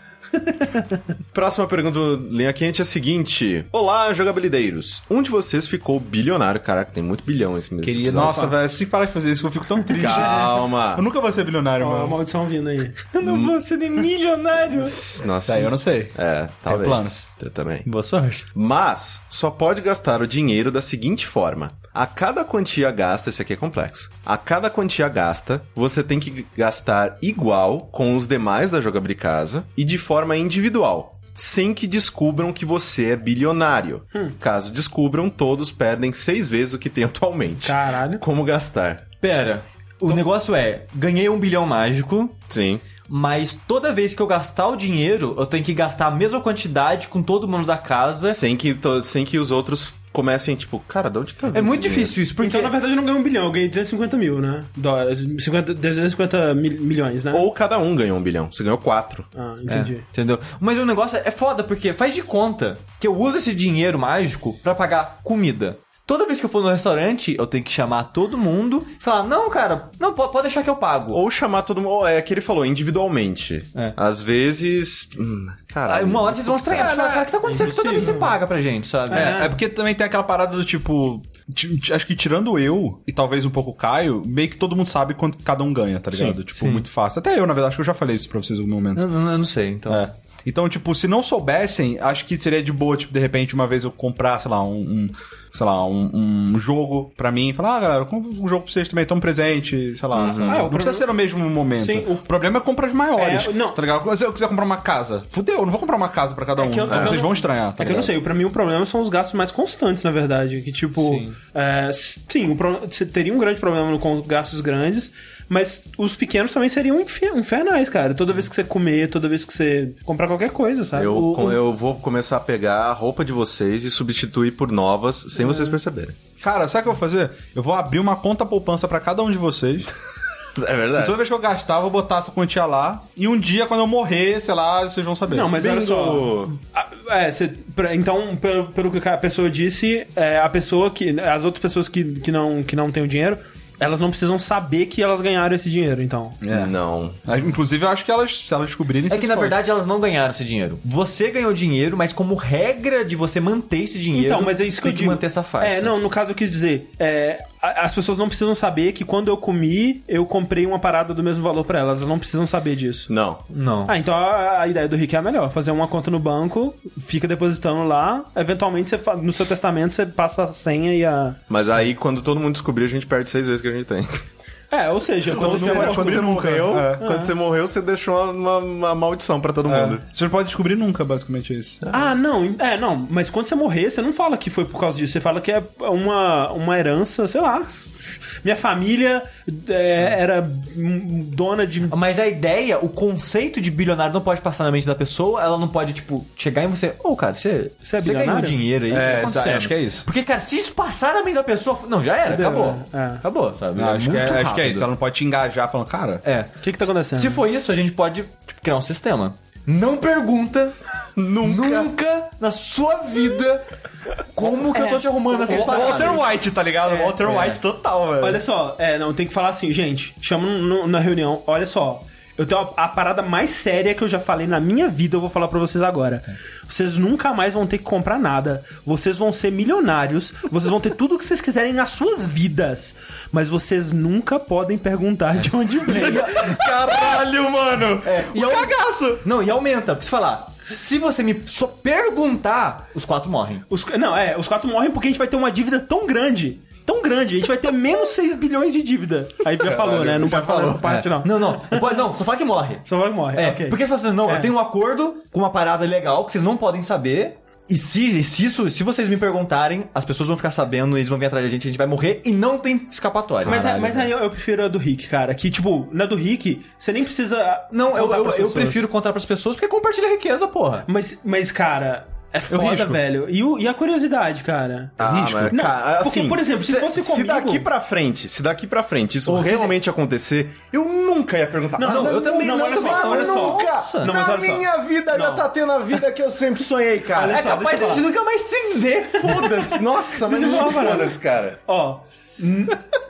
Speaker 1: Próxima pergunta do Linha Quente é a seguinte. Olá, jogabilideiros. Um de vocês ficou bilionário. Caraca, tem muito bilhão esse mesmo.
Speaker 3: Queria,
Speaker 1: episódio.
Speaker 3: nossa, velho, se parar de fazer isso, eu fico tão triste.
Speaker 1: Calma.
Speaker 3: Eu nunca vou ser bilionário,
Speaker 2: Ó, a
Speaker 3: mano.
Speaker 2: maldição vindo aí. Eu não vou ser nem milionário.
Speaker 1: Nossa.
Speaker 3: Tá, eu não sei.
Speaker 1: É, talvez.
Speaker 3: planos. Hum.
Speaker 1: Eu também.
Speaker 4: Boa sorte.
Speaker 1: Mas só pode gastar o dinheiro da seguinte forma. A cada quantia gasta, esse aqui é complexo. A cada quantia gasta, você tem que gastar igual com os demais da jogabilicasa e de forma individual. Sem que descubram que você é bilionário. Caso descubram, todos perdem seis vezes o que tem atualmente.
Speaker 2: Caralho.
Speaker 1: Como gastar?
Speaker 4: Pera,
Speaker 2: Então-
Speaker 4: o negócio é, ganhei um bilhão mágico,
Speaker 1: Sim.
Speaker 4: mas toda vez que eu gastar o dinheiro, eu tenho que gastar a mesma quantidade com todo mundo da casa.
Speaker 1: Sem que, to- sem que os outros comecem, tipo, cara, de onde tá vindo
Speaker 4: É muito
Speaker 1: esse dinheiro?
Speaker 4: difícil isso, porque...
Speaker 2: Então, na verdade, eu não ganhei um bilhão, eu ganhei 250 mil, né? Dólares. 50, 250 mil, milhões, né?
Speaker 1: Ou cada um ganhou um bilhão. Você ganhou quatro.
Speaker 2: Ah,
Speaker 4: É,
Speaker 2: entendi.
Speaker 4: entendeu? Mas o negócio é foda, porque faz de conta que eu uso esse dinheiro mágico pra pagar comida. Toda vez que eu for no restaurante, eu tenho que chamar todo mundo e falar, não, cara, não, po- pode deixar que eu pago.
Speaker 1: Ou chamar todo mundo. É que ele falou, individualmente.
Speaker 4: É.
Speaker 1: Às vezes. Hum,
Speaker 4: Aí
Speaker 1: caralho.
Speaker 4: uma hora vocês vão estranhar. Você fala, cara, o que tá acontecendo? Toda vez você
Speaker 2: é impossível.
Speaker 4: paga pra gente, sabe?
Speaker 3: É, é porque também tem aquela parada do tipo. ti- ti- Acho que tirando eu e talvez um pouco o Caio, meio que todo mundo sabe quanto cada um ganha, tá ligado? tipo, muito fácil. Até eu, na verdade, acho que eu já falei isso pra vocês em algum momento.
Speaker 4: Eu, eu- eu não sei, então.
Speaker 3: É. Então, tipo, se não soubessem, acho que seria de boa, tipo, de repente, uma vez eu comprar, sei lá, um. um, sei lá, um, um jogo pra mim e falar, ah, galera, eu compro um jogo pra vocês também, toma um presente, sei
Speaker 4: Uhum.
Speaker 3: lá. sabe?
Speaker 2: Ah, o
Speaker 3: não precisa
Speaker 2: problema-
Speaker 3: ser no mesmo momento.
Speaker 2: Sim, o-
Speaker 3: o... problema é compras maiores.
Speaker 2: É, não.
Speaker 3: Tá ligado? Se eu quiser comprar uma casa, fudeu, eu não vou comprar uma casa pra cada um.
Speaker 2: que eu-
Speaker 3: então
Speaker 2: é que eu
Speaker 3: Vocês
Speaker 2: não-
Speaker 3: vão estranhar, tá
Speaker 2: É que eu não
Speaker 3: ligado?
Speaker 2: sei, pra mim o problema são os gastos mais constantes, na verdade. Que tipo.
Speaker 4: Sim.
Speaker 2: é, s- sim, o pro- você teria um grande problema no- com gastos grandes, mas os pequenos também seriam infer- infernais, cara. Toda vez que você comer, toda vez que você comprar qualquer coisa, sabe?
Speaker 1: Eu,
Speaker 2: O-
Speaker 1: com- eu vou começar a pegar a roupa de vocês e substituir por novas, sem vocês perceberem.
Speaker 3: Cara, sabe o que eu vou fazer? Eu vou abrir uma conta poupança pra cada um de vocês.
Speaker 1: É
Speaker 3: E
Speaker 1: verdade.
Speaker 3: toda vez que eu gastar, eu vou botar essa quantia lá. E um dia, quando eu morrer, sei lá, vocês vão saber.
Speaker 2: Não, mas olha só.
Speaker 1: Bingo.
Speaker 2: Ah, É, cê- pra- então, pelo, pelo que a pessoa disse, é, a pessoa que. As outras pessoas que, que, não, que não têm o dinheiro, elas não precisam saber que elas ganharam esse dinheiro, então.
Speaker 3: É.
Speaker 1: Não.
Speaker 3: Ah, Inclusive, eu acho que elas, se elas descobrirem...
Speaker 4: É
Speaker 3: vocês
Speaker 4: que na
Speaker 3: podem.
Speaker 4: verdade elas não ganharam esse dinheiro. Você ganhou dinheiro, mas como regra de você manter esse dinheiro,
Speaker 2: Então, mas é isso
Speaker 4: você
Speaker 2: que eu
Speaker 4: tem
Speaker 2: digo.
Speaker 4: manter essa farsa.
Speaker 2: É, não, no caso eu quis dizer, é, a- as pessoas não precisam saber que quando eu comi, eu comprei uma parada do mesmo valor pra elas, elas não precisam saber disso.
Speaker 1: Não.
Speaker 4: Não.
Speaker 2: Ah, então a, a ideia do Rick é a melhor, fazer uma conta no banco, fica depositando lá, eventualmente você fa- no seu testamento você passa a senha e a
Speaker 1: Mas aí, quando todo mundo descobrir, a gente perde seis vezes que a gente tem.
Speaker 2: É, ou seja, então
Speaker 1: Quando
Speaker 2: você
Speaker 1: você,
Speaker 2: pode
Speaker 1: quando você
Speaker 2: descobrir nunca.
Speaker 1: morreu,
Speaker 3: É.
Speaker 1: quando você morreu, você deixou uma, uma maldição pra todo mundo.
Speaker 3: É. Você não pode descobrir nunca, basicamente, é isso.
Speaker 2: Ah, não, é, não, mas quando você morrer, você não fala que foi por causa disso, você fala que é uma, uma herança, sei lá. Minha família é, era hum, dona de
Speaker 4: Mas a ideia, o conceito de bilionário não pode passar na mente da pessoa, ela não pode, tipo, chegar em você, ô, cara, você,
Speaker 2: Você é
Speaker 4: ganhou
Speaker 2: bilionário?
Speaker 4: dinheiro aí, o que
Speaker 3: É,
Speaker 4: tá acontecendo?"
Speaker 3: exa- acho que é isso.
Speaker 4: Porque, cara, se isso passar na mente da pessoa, não, já era, acabou.
Speaker 2: É.
Speaker 4: Acabou, sabe?
Speaker 3: Não, acho, que é,
Speaker 4: muito
Speaker 3: acho que é
Speaker 4: rápido.
Speaker 3: isso. Ela não pode te engajar falando, cara...
Speaker 4: É.
Speaker 2: O que, que tá acontecendo?
Speaker 4: Se for isso, a gente pode tipo, criar um sistema. Não pergunta nunca, na sua vida como que eu
Speaker 3: É.
Speaker 4: tô te arrumando essas paradas.
Speaker 3: White, tá ligado? Walter White total,
Speaker 4: Então,
Speaker 3: velho.
Speaker 2: Olha só, é, não, tem que falar assim, gente, chama no- na reunião, olha só. Eu tenho a, a parada mais séria que eu já falei na minha vida, eu vou falar pra vocês agora.
Speaker 4: É.
Speaker 2: Vocês nunca mais vão ter que comprar nada. Vocês vão ser milionários, vocês vão ter tudo o que vocês quiserem nas suas vidas. Mas vocês nunca podem perguntar de onde veio.
Speaker 3: Caralho, mano!
Speaker 4: e é um cagaço! Não, e aumenta, porque se falar, se você me só perguntar, os quatro morrem.
Speaker 2: Os- não, é, os quatro morrem porque a gente vai ter uma dívida tão grande. Tão grande, a gente vai ter menos 6 bilhões de dívida. Aí já falou, né? Não pode falar essa parte, não.
Speaker 4: É. Não, não, não, pode- não, só fala que morre.
Speaker 2: Só vai morrer.
Speaker 4: É,
Speaker 2: ok.
Speaker 4: porque se você não,
Speaker 2: É.
Speaker 4: eu tenho um acordo com uma parada legal que vocês não podem saber. E se, e se isso, se vocês me perguntarem, as pessoas vão ficar sabendo, eles vão vir atrás da gente, a gente vai morrer e não tem escapatória.
Speaker 2: Mas, é,
Speaker 4: Caralho,
Speaker 2: mas
Speaker 4: velho.
Speaker 2: aí eu, eu prefiro a do Rick, cara. Que, tipo, na do Rick, você nem precisa. ah,
Speaker 4: Não, eu,
Speaker 2: contar
Speaker 4: eu,
Speaker 2: pras
Speaker 4: eu
Speaker 2: pessoas.
Speaker 4: prefiro contar pras pessoas porque compartilha riqueza, porra.
Speaker 2: Mas, mas cara, é foda,
Speaker 3: risco.
Speaker 2: velho. E, o- e a curiosidade, cara?
Speaker 1: Ah, mas,
Speaker 2: É Não,
Speaker 1: cara,
Speaker 2: porque,
Speaker 1: assim,
Speaker 2: por exemplo, se fosse
Speaker 1: Se
Speaker 2: comigo-
Speaker 1: daqui pra frente, se daqui pra frente isso
Speaker 4: Ou se-
Speaker 1: realmente acontecer, eu nunca ia perguntar.
Speaker 2: Não,
Speaker 1: "Ah,
Speaker 2: não, eu também não,
Speaker 1: olha
Speaker 2: também não,
Speaker 1: olha
Speaker 2: nunca.
Speaker 1: só.
Speaker 2: Não, mas
Speaker 1: Na
Speaker 2: olha só.
Speaker 1: minha vida já
Speaker 2: Não.
Speaker 1: tá tendo a vida que eu sempre sonhei, cara.
Speaker 2: Olha
Speaker 4: É
Speaker 2: só,
Speaker 4: capaz
Speaker 2: deixa eu
Speaker 4: de a gente nunca mais se ver.
Speaker 1: Foda-se. Nossa, mas
Speaker 2: Deixa eu falar
Speaker 1: muito
Speaker 2: uma parada.
Speaker 1: foda-se, cara.
Speaker 2: Ó,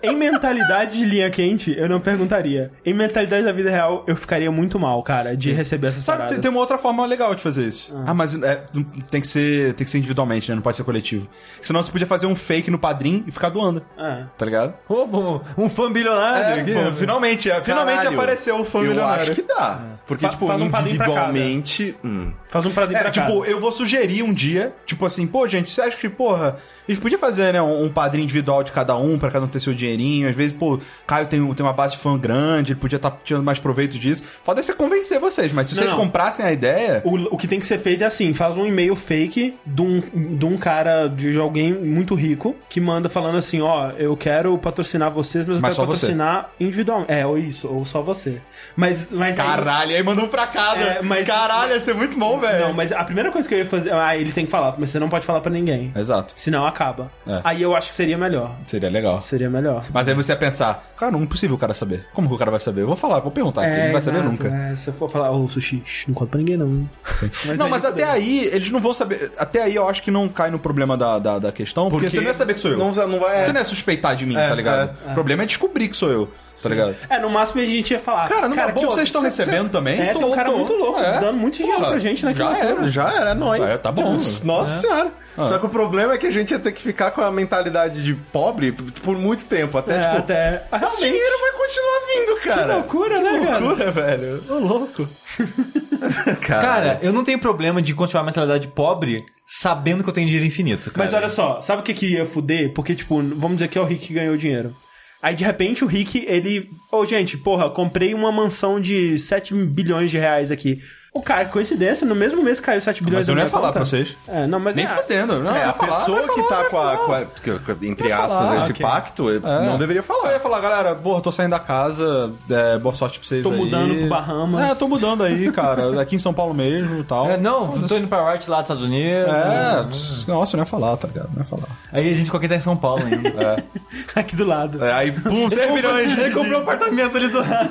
Speaker 2: Em mentalidade de linha quente, eu não perguntaria. Em mentalidade da vida real, eu ficaria muito mal, cara, de receber essa
Speaker 3: Sabe, tem, um tem uma outra forma legal de fazer isso. Ah, mas é, tem, que ser, tem que ser individualmente, né? Não pode ser coletivo. Senão você podia fazer um fake no padrim e ficar doando.
Speaker 2: Ah.
Speaker 3: Tá ligado?
Speaker 4: Ô, bom, um fã bilionário. aqui.
Speaker 3: Pô, finalmente, é, finalmente
Speaker 1: Caralho.
Speaker 3: apareceu o fã
Speaker 1: Eu
Speaker 3: milionário.
Speaker 1: acho que
Speaker 3: É.
Speaker 1: dá. Porque,
Speaker 2: Fa-
Speaker 1: tipo,
Speaker 2: faz um padrinho pra cada.
Speaker 1: individualmente. hum.
Speaker 2: Faz um prato
Speaker 3: É,
Speaker 2: pra
Speaker 3: tipo,
Speaker 2: tipo,
Speaker 3: eu vou sugerir um dia, tipo assim, pô, gente, você acha que, porra, a gente podia fazer, né, um, um padrinho individual de cada um, pra cada um ter seu dinheirinho. Às vezes, pô, Caio tem, um- tem uma base de fã grande, ele podia estar tirando mais proveito disso. Foda se convencer vocês, mas se
Speaker 2: Não,
Speaker 3: vocês
Speaker 2: não.
Speaker 3: comprassem a ideia.
Speaker 2: O, o que tem que ser feito é assim, faz um e-mail fake de um, de um cara, de alguém muito rico, que manda falando assim, ó, eu quero patrocinar vocês, mas eu
Speaker 3: Mas
Speaker 2: quero
Speaker 3: só você.
Speaker 2: patrocinar individualmente. É, ou isso, ou só você. Mas, mas aí-
Speaker 3: Caralho, aí mandou pra casa.
Speaker 2: É, mas-
Speaker 3: Caralho, ia ser muito bom, velho.
Speaker 2: Não, mas a primeira coisa que eu ia fazer... Ah, ele tem que falar, mas você não pode falar pra ninguém.
Speaker 3: Exato.
Speaker 2: Senão acaba.
Speaker 3: É.
Speaker 2: Aí eu acho que seria melhor.
Speaker 3: Seria legal.
Speaker 2: Seria melhor.
Speaker 3: Mas aí você ia pensar, cara, não é possível o cara saber. Como que o cara vai saber? Eu vou falar, vou perguntar aqui, ele não vai saber
Speaker 2: exato,
Speaker 3: nunca.
Speaker 2: é, se eu for falar, ô sushi, shh, não conta pra ninguém, não. hein?
Speaker 3: não,
Speaker 2: aí
Speaker 3: mas
Speaker 2: eu
Speaker 3: até aí, eles não vão saber. Até aí eu acho que não cai no problema da, da, da questão, porque, você não ia saber que sou eu.
Speaker 1: Não, não vai.
Speaker 3: Você não ia suspeitar de mim,
Speaker 1: É,
Speaker 3: tá ligado? O problema é descobrir que sou eu, tá ligado?
Speaker 2: É, no máximo a gente ia falar.
Speaker 3: Cara, não é
Speaker 2: que
Speaker 3: boa, vocês estão
Speaker 2: cê-
Speaker 3: recebendo
Speaker 2: cê-
Speaker 3: também?
Speaker 2: É, tem um cara muito louco, dando muito dinheiro
Speaker 3: Porra,
Speaker 2: pra gente, né? que
Speaker 3: Já
Speaker 2: loucura.
Speaker 3: era, já
Speaker 1: é, Já era, nós.
Speaker 3: É, tá bom.
Speaker 1: Tipo, nossa senhora.
Speaker 2: Ah.
Speaker 1: Só que o problema é que a gente ia ter que ficar com a mentalidade de pobre por muito tempo. Até,
Speaker 2: É,
Speaker 1: tipo,
Speaker 2: até. Ah,
Speaker 1: esse
Speaker 2: Realmente.
Speaker 1: dinheiro vai continuar vindo, cara.
Speaker 2: Que loucura, né, cara?
Speaker 1: É. loucura, velho. Ô, louco.
Speaker 4: Cara, eu não tenho problema de continuar a mentalidade pobre sabendo que eu tenho dinheiro infinito. Cara.
Speaker 2: Mas olha só, sabe o que, que ia fuder? Porque, tipo, vamos dizer que é o Rick que ganhou dinheiro. Aí, de repente, o Rick, ele. Ô, gente, porra, comprei uma mansão de 7 bilhões de reais aqui. O cara, coincidência, no mesmo mês caiu 7 bilhões
Speaker 3: eu
Speaker 2: na
Speaker 3: não ia
Speaker 2: minha
Speaker 3: falar
Speaker 2: conta.
Speaker 3: pra vocês.
Speaker 2: É, não, mas
Speaker 3: Nem
Speaker 2: é,
Speaker 3: fudendo. Não,
Speaker 1: É,
Speaker 3: eu ia
Speaker 1: a
Speaker 3: falar,
Speaker 1: pessoa
Speaker 3: eu ia
Speaker 1: que
Speaker 3: falar,
Speaker 1: tá
Speaker 3: eu
Speaker 1: com a,
Speaker 3: ia falar.
Speaker 1: com a- que- Entre aspas,
Speaker 3: falar,
Speaker 1: esse
Speaker 2: ok.
Speaker 1: pacto,
Speaker 3: É.
Speaker 1: não deveria
Speaker 3: Eu
Speaker 1: falar.
Speaker 3: ia falar, galera, porra, tô saindo da casa, é, boa sorte pra vocês
Speaker 2: Tô
Speaker 3: aí.
Speaker 2: mudando pro Bahamas.
Speaker 3: É, tô mudando aí, cara, aqui em São Paulo mesmo e tal.
Speaker 4: É, não, tô indo pra Riot lá dos Estados Unidos.
Speaker 3: É, tss, nossa, eu não ia falar, tá ligado? Não ia falar.
Speaker 4: Aí a gente qualquer tá em São Paulo ainda.
Speaker 2: Aqui do lado.
Speaker 3: É, aí, pum, 100 milhões de...
Speaker 2: comprou um apartamento ali do lado.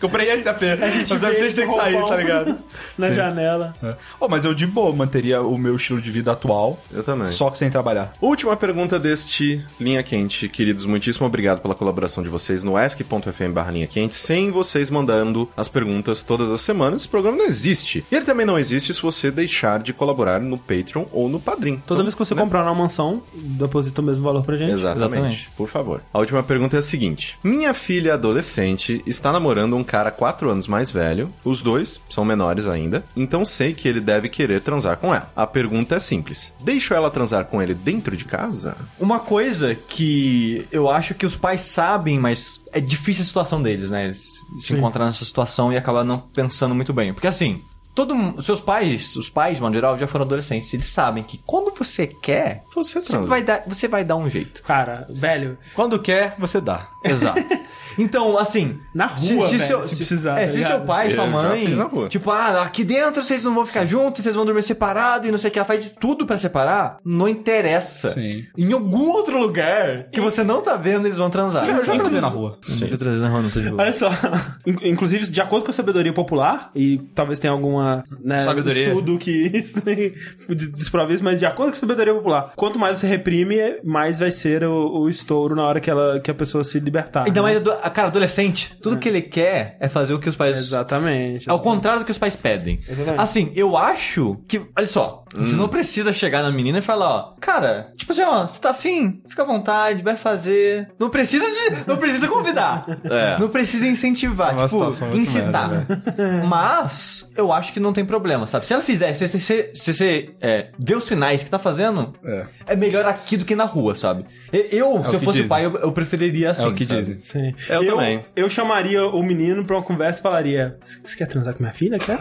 Speaker 3: Comprei esse AP. Mas
Speaker 2: gente
Speaker 3: aí vocês
Speaker 2: veio
Speaker 3: têm que sair,
Speaker 2: roubar um-
Speaker 3: tá ligado?
Speaker 2: Na
Speaker 3: Sim.
Speaker 2: janela.
Speaker 3: É. Oh, mas eu de boa manteria o meu estilo de vida atual.
Speaker 1: Eu também.
Speaker 3: Só que sem trabalhar.
Speaker 1: Última pergunta deste Linha Quente. Queridos, muitíssimo obrigado pela colaboração de vocês no ask.fm barra linha quente, sem vocês mandando as perguntas todas as semanas. Esse programa não existe. E ele também não existe se você deixar de colaborar no Patreon ou no Padrim.
Speaker 3: então,
Speaker 1: Então,
Speaker 2: Toda vez
Speaker 3: né?
Speaker 2: que você comprar uma mansão, deposita o mesmo valor pra gente.
Speaker 1: Exatamente.
Speaker 4: Exatamente.
Speaker 1: Por favor. A última pergunta é a seguinte: Minha filha adolescente está namorando um cara 4 anos mais velho. Os dois são menores ainda. Então sei que ele deve querer transar com ela. A pergunta é simples: Deixo ela transar com ele dentro de casa?
Speaker 4: Uma coisa que eu acho que os pais sabem, mas é difícil a situação deles, né? Eles se encontrar nessa situação e acabar não pensando muito bem. Porque assim, todo mu- seus pais, os pais, de modo geral, já foram adolescentes. Eles sabem que quando você quer,
Speaker 1: Você
Speaker 4: você
Speaker 1: transa.
Speaker 4: vai dar, você vai dar um jeito.
Speaker 2: Cara, velho,
Speaker 3: Quando quer, você dá.
Speaker 4: Exato. Então, assim.
Speaker 2: Na rua, velho,
Speaker 4: seu,
Speaker 2: se precisar,
Speaker 4: É,
Speaker 2: tá
Speaker 4: se
Speaker 2: ligado?
Speaker 4: seu pai, sua
Speaker 1: Eu já
Speaker 4: mãe.
Speaker 1: fiz na rua.
Speaker 4: Tipo, ah, aqui dentro vocês não vão ficar juntos, vocês vão dormir separado e não sei o que. Ela faz de tudo pra separar. Não interessa.
Speaker 3: Sim.
Speaker 4: Em algum outro lugar que você não tá vendo, eles vão transar.
Speaker 3: Eu já
Speaker 4: Inclusive-
Speaker 3: trazia na rua.
Speaker 4: Sim. Já trazia na rua, não tô de boa.
Speaker 2: olha só. In- Inclusive, de acordo com a sabedoria popular, e talvez tenha alguma né,
Speaker 3: Sabedoria.
Speaker 2: estudo que isso de- desprova isso, mas de acordo com a sabedoria popular, quanto mais você reprime, mais vai ser o, o estouro na hora que, ela, que a pessoa se libertar.
Speaker 4: Ainda
Speaker 2: né?
Speaker 4: mais, ado- cara, adolescente, tudo que ele quer é fazer o que os pais
Speaker 2: Exatamente.
Speaker 4: Ao contrário do que os pais pedem.
Speaker 2: Exatamente.
Speaker 4: Assim, eu acho que. Olha só,
Speaker 3: Hum.
Speaker 4: você não precisa chegar na menina e falar, ó, cara, tipo assim, ó, você tá afim? Fica à vontade, vai fazer. Não precisa de. Não precisa convidar.
Speaker 1: É.
Speaker 4: Não precisa incentivar,
Speaker 3: É uma situação
Speaker 4: tipo,
Speaker 3: muito
Speaker 4: incitar.
Speaker 3: merda, né?
Speaker 4: Mas eu acho que não tem problema, sabe? Se ela fizer, se você se, se, você, é, vê os sinais que tá fazendo,
Speaker 3: É.
Speaker 4: melhor aqui do que na rua, sabe? E- Eu, se
Speaker 3: o
Speaker 4: eu
Speaker 3: que
Speaker 4: fosse
Speaker 3: dizem.
Speaker 4: pai, eu, eu preferiria assim.
Speaker 3: É o que
Speaker 4: sabe?
Speaker 3: dizem.
Speaker 2: Sim.
Speaker 1: Eu também.
Speaker 2: Eu chamaria o menino pra uma conversa e falaria: Você quer transar com minha filha? Quer?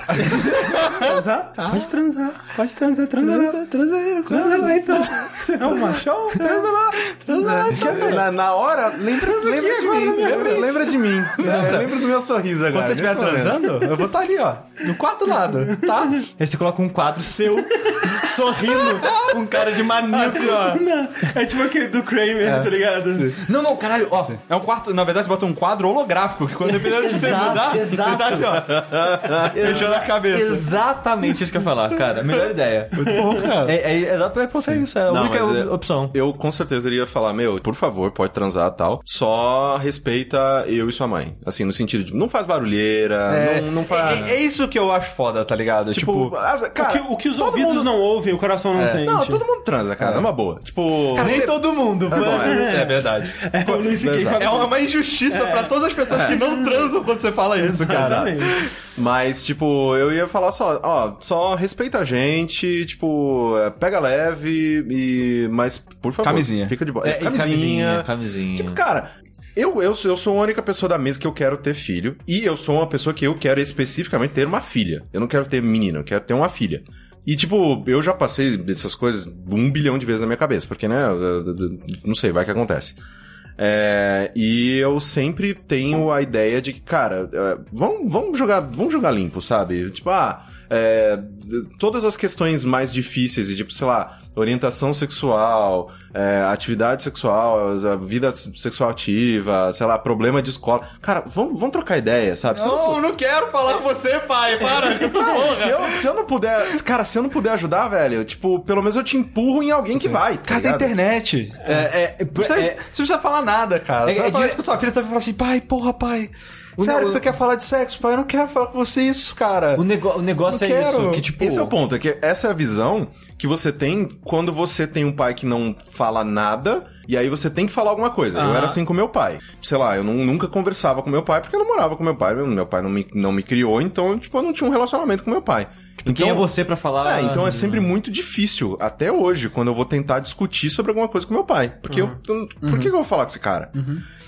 Speaker 2: transar? Pode transar. Pode transar, Tá. transa lá. Transa aí, transa lá então. Você é um machão? Transa lá. Transa lá. então.
Speaker 1: Né? Na, na hora, lembra, lembra, de
Speaker 2: agora
Speaker 1: mim,
Speaker 2: na minha
Speaker 1: lembra,
Speaker 2: frente.
Speaker 1: lembra de mim. É, lembra do meu sorriso agora.
Speaker 3: Quando você estiver
Speaker 1: nesse momento.
Speaker 3: transando, eu vou tá estar ali, ó. Do quarto lado, tá?
Speaker 4: Aí você coloca um quadro seu, sorrindo, um cara de maníaco.
Speaker 2: Não, é tipo aquele do Kramer, tá ligado?
Speaker 4: Não, não, caralho, ó.
Speaker 3: É um quarto, na verdade, você bota bota um quadro holográfico, que quando dependendo de você
Speaker 4: Exato,
Speaker 3: mudar, ele
Speaker 4: exato.
Speaker 3: tá assim, ó. Deixando a cabeça.
Speaker 4: Exatamente isso que eu ia falar, cara. Melhor ideia.
Speaker 3: Bom, cara.
Speaker 4: É, é, é, exato, é, pô, é isso, é a
Speaker 1: Não,
Speaker 4: única
Speaker 1: mas
Speaker 4: op-
Speaker 1: é-
Speaker 4: opção.
Speaker 1: Eu com certeza iria falar, meu, por favor, pode transar tal. Só respeita eu e sua mãe. Assim, no sentido de não faz barulheira,
Speaker 3: É,
Speaker 1: não, não faz.
Speaker 3: é- é isso que eu acho foda, tá ligado?
Speaker 1: tipo,
Speaker 3: Tipo,
Speaker 1: as- cara,
Speaker 2: o, que, o que os
Speaker 1: todo
Speaker 2: ouvidos
Speaker 1: mundo- É.
Speaker 2: não ouvem, o coração não sente.
Speaker 1: Não, todo mundo transa, cara. É uma boa. Tipo.
Speaker 3: Cara,
Speaker 1: nem-
Speaker 3: você-
Speaker 4: todo mundo,
Speaker 1: Ah, bom, é.
Speaker 3: é verdade.
Speaker 2: É, o Luiz Siquei
Speaker 1: Exato.
Speaker 2: fala
Speaker 3: É uma, uma injustiça pra todas as pessoas
Speaker 1: É.
Speaker 3: que não transam quando você fala isso, cara.
Speaker 2: exatamente.
Speaker 1: Mas, tipo, eu ia falar só, ó, só respeita a gente, tipo, é, pega leve e. Mas, por favor.
Speaker 3: Camisinha.
Speaker 1: Fica de boa.
Speaker 4: É, e camisinha, camisinha.
Speaker 1: Tipo, cara, eu, eu, sou- eu sou a única pessoa da mesa que eu quero ter filho. E eu sou uma pessoa que eu quero especificamente ter uma filha. Eu não quero ter menino, eu quero ter uma filha. E, tipo, eu já passei dessas coisas um bilhão de vezes na minha cabeça, porque, né, eu- eu- eu- não sei, vai que acontece. É, e eu sempre tenho a ideia de que, cara, é, vamos, vamos, jogar, vamos jogar limpo, sabe? Tipo, ah, é, d- todas as questões mais difíceis, de tipo, sei lá, orientação sexual, é, atividade sexual, a vida s- sexual ativa, sei lá, problema de escola. Cara, vamos, vamos trocar ideia, sabe?
Speaker 4: Tipo,
Speaker 1: Se eu não
Speaker 3: Não, não quero falar com você, pai. Para, que porra.
Speaker 1: se eu, se eu não puder, cara, se eu não puder ajudar, velho, tipo, pelo menos eu te empurro em alguém que vai. tá
Speaker 3: Cara, tem
Speaker 1: ligado?
Speaker 3: internet. Não
Speaker 4: É, é,
Speaker 3: precisa,
Speaker 4: é,
Speaker 3: você não precisa falar nada, cara.
Speaker 4: É-
Speaker 3: Você vai
Speaker 4: é
Speaker 3: falar
Speaker 4: dire-
Speaker 3: isso com sua filha, você vai falar assim, pai, porra, pai.
Speaker 4: O
Speaker 3: Sério
Speaker 4: ne-
Speaker 3: que você quer falar de sexo, pai? Eu não quero falar com você isso, cara.
Speaker 4: o, nego- o negócio
Speaker 3: Não
Speaker 4: é
Speaker 3: quero.
Speaker 4: isso, que tipo...
Speaker 1: Esse é o ponto, é que essa é a visão que você tem quando você tem um pai que não fala nada, e aí você tem que falar alguma coisa. Eu
Speaker 2: Aham.
Speaker 1: era assim com meu pai. Sei lá, eu nu- nunca conversava com meu pai porque eu não morava com meu pai. Meu- Meu pai não me, não me criou, então, tipo, eu não tinha um relacionamento com meu pai. então,
Speaker 4: Quem é você pra falar...
Speaker 1: é, então é sempre muito difícil, até hoje, quando eu vou tentar discutir sobre alguma coisa com meu pai. Porque eu. Por que que eu vou falar com esse cara?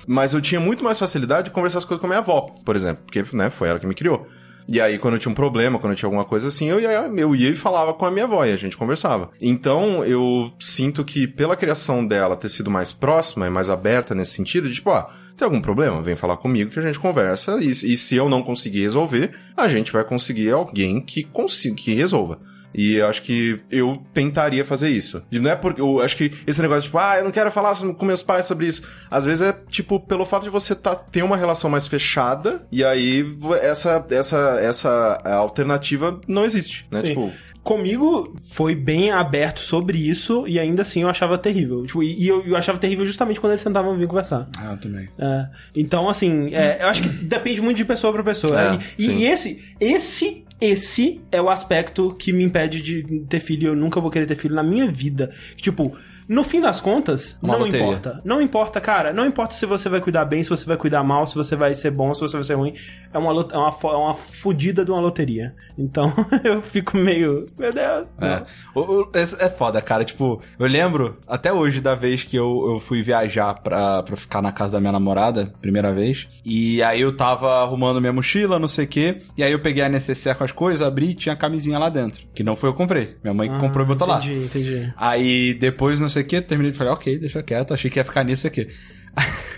Speaker 1: Mas eu tinha muito mais facilidade de conversar as coisas com a minha avó, por exemplo. Porque, né, foi ela que me criou. E aí, quando eu tinha um problema, quando eu tinha alguma coisa assim, eu ia, eu ia e falava com a minha avó e a gente conversava. Então, eu sinto que pela criação dela ter sido mais próxima e mais aberta nesse sentido, de, tipo, ó, tem algum problema? Vem falar comigo que a gente conversa e, e se eu não conseguir resolver, a gente vai conseguir alguém que consiga, que resolva. E eu acho que eu tentaria fazer isso. E não é porque. Eu acho que esse negócio, tipo, ah, eu não quero falar so- com meus pais sobre isso. Às vezes é, tipo, pelo fato de você tá, ter uma relação mais fechada, e aí vo- essa, essa, essa alternativa não existe, né?
Speaker 2: Sim.
Speaker 1: Tipo.
Speaker 2: Comigo foi bem aberto sobre isso e ainda assim eu achava terrível. Tipo, e e eu, eu achava terrível justamente quando eles tentavam vir conversar.
Speaker 3: Ah, eu também.
Speaker 2: É, então, assim, é, eu acho que depende muito de pessoa pra pessoa.
Speaker 1: É,
Speaker 2: E- e,
Speaker 1: sim.
Speaker 2: esse, esse, esse é o aspecto que me impede de ter filho. Eu nunca vou querer ter filho na minha vida. Tipo, no fim das contas,
Speaker 3: Uma
Speaker 2: não
Speaker 3: loteria.
Speaker 2: importa. Não importa, cara. Não importa se você vai cuidar bem, se você vai cuidar mal, se você vai ser bom, se você vai ser ruim. É uma, lot- é uma, fo- é uma fodida de uma loteria. Então, eu fico meio. Meu Deus.
Speaker 3: É.
Speaker 2: não.
Speaker 3: O- o- esse é foda, cara. Tipo, eu lembro até hoje da vez que eu, eu fui viajar pra, pra ficar na casa da minha namorada, primeira vez. E aí eu tava arrumando minha mochila, não sei o quê. E aí eu peguei a necessaire com as coisas, abri e tinha a camisinha lá dentro. Que não foi eu que comprei. Minha mãe que comprou e botou lá.
Speaker 2: Ah, Entendi, entendi.
Speaker 3: Aí depois, não sei o que, terminei e falei, ok, deixa quieto, achei que ia ficar nisso aqui.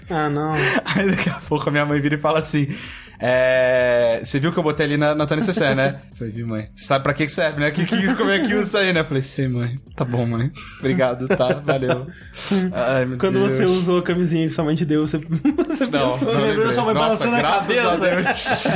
Speaker 2: Ah, não.
Speaker 3: Aí daqui a pouco a minha mãe vira e fala assim: é, Você viu que eu botei ali na, na tua necessaire, né? Eu Falei, vi, mãe. Você sabe pra que que serve, né? Que, que, como é que usa isso aí, né? Eu Falei, sei, mãe. Tá bom, mãe. Obrigado, tá? Valeu. Ai, meu
Speaker 2: Quando
Speaker 3: Deus.
Speaker 2: você usou a camisinha que sua mãe te deu, você, você
Speaker 3: Não,
Speaker 2: pensou,
Speaker 3: não
Speaker 2: né?
Speaker 3: lembrei.
Speaker 4: sua mãe
Speaker 3: Nossa,
Speaker 4: balançando a
Speaker 3: graças
Speaker 4: cabeça?
Speaker 3: a Deus.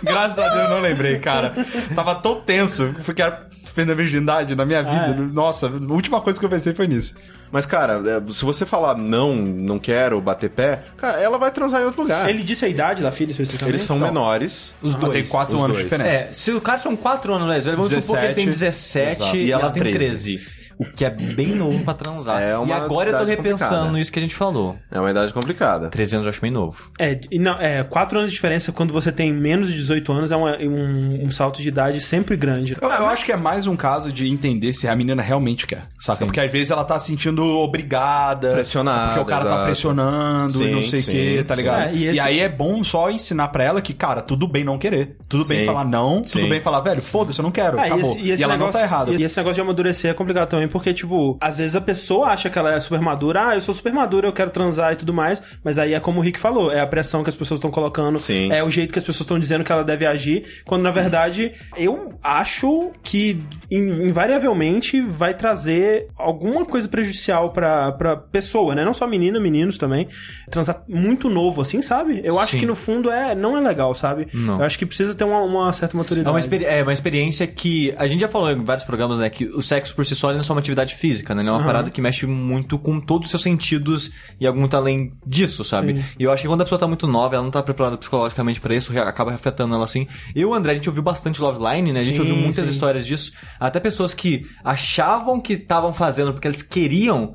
Speaker 3: graças a Deus, eu não lembrei, cara. Tava tão tenso, porque era perda a virgindade na minha vida.
Speaker 4: É.
Speaker 3: Nossa, a última coisa que eu pensei foi nisso.
Speaker 1: Mas, cara, é, se você falar não, não quero, bater pé, cara, ela vai transar em outro lugar.
Speaker 2: Ele disse a idade da filha especificamente?
Speaker 1: Eles são
Speaker 3: Então.
Speaker 1: menores.
Speaker 4: Os
Speaker 3: Ela tem
Speaker 4: dois.
Speaker 3: quatro
Speaker 1: os
Speaker 3: anos
Speaker 1: dois.
Speaker 3: de diferença.
Speaker 4: É, se o cara são 4 anos mais velho, vamos supor que ele tem
Speaker 3: 17,
Speaker 4: 17
Speaker 3: exato.
Speaker 4: e,
Speaker 1: E
Speaker 4: ela,
Speaker 1: ela
Speaker 4: tem 13. O que é bem novo pra transar.
Speaker 1: É uma
Speaker 4: e agora eu tô
Speaker 1: idade
Speaker 4: repensando
Speaker 1: complicada.
Speaker 4: isso que a gente falou.
Speaker 1: É uma idade complicada.
Speaker 4: 13 anos eu acho meio novo.
Speaker 2: É, e não, é, 4 anos de diferença quando você tem menos de 18 anos é uma- um, um salto de idade sempre grande.
Speaker 3: Eu, eu acho que é mais um caso de entender se a menina realmente quer, saca?
Speaker 4: Sim.
Speaker 3: Porque às vezes ela tá se sentindo obrigada.
Speaker 1: Pressionada,
Speaker 3: Porque o cara tá
Speaker 1: exato.
Speaker 3: pressionando e
Speaker 1: Sim,
Speaker 3: não sei o
Speaker 1: sim,
Speaker 3: que, tá
Speaker 1: sim.
Speaker 3: ligado?
Speaker 2: É,
Speaker 3: e,
Speaker 2: e esse-
Speaker 3: aí é bom só ensinar pra ela que, cara, tudo bem não querer. Tudo bem
Speaker 1: Sim.
Speaker 3: falar não,
Speaker 1: Sim.
Speaker 3: tudo bem falar, velho, foda-se, eu não quero,
Speaker 2: Ah,
Speaker 3: acabou. E, ela não tá errada.
Speaker 2: E esse negócio de amadurecer é complicado também, porque, tipo, às vezes a pessoa acha que ela é super madura, ah, eu sou super madura, eu quero transar e tudo mais, mas aí é como o Rick falou, é a pressão que as pessoas estão colocando,
Speaker 1: Sim.
Speaker 2: é o jeito que as pessoas estão dizendo que ela deve agir, quando na verdade eu acho que in- invariavelmente vai trazer alguma coisa prejudicial pra, pra pessoa, né? Não só menina, meninos também. Transar muito novo, assim, sabe? Eu acho
Speaker 4: Sim.
Speaker 2: que no fundo é não é legal, sabe?
Speaker 4: Não.
Speaker 2: Eu acho que precisa ter uma, uma certa maturidade.
Speaker 4: É uma, experi- é uma experiência que a gente já falou em vários programas, né? Que o sexo por si só ele não é só uma atividade física, né? Ele é uma parada que mexe muito com todos os seus sentidos e algum tá além disso, sabe? E eu acho que quando a pessoa tá muito nova, ela não tá preparada psicologicamente pra isso, acaba afetando ela assim. Eu, e o André, a gente ouviu bastante Love Line, né? A gente
Speaker 2: Sim,
Speaker 4: ouviu muitas
Speaker 2: sim.
Speaker 4: histórias disso. Até pessoas que achavam que estavam fazendo porque eles queriam.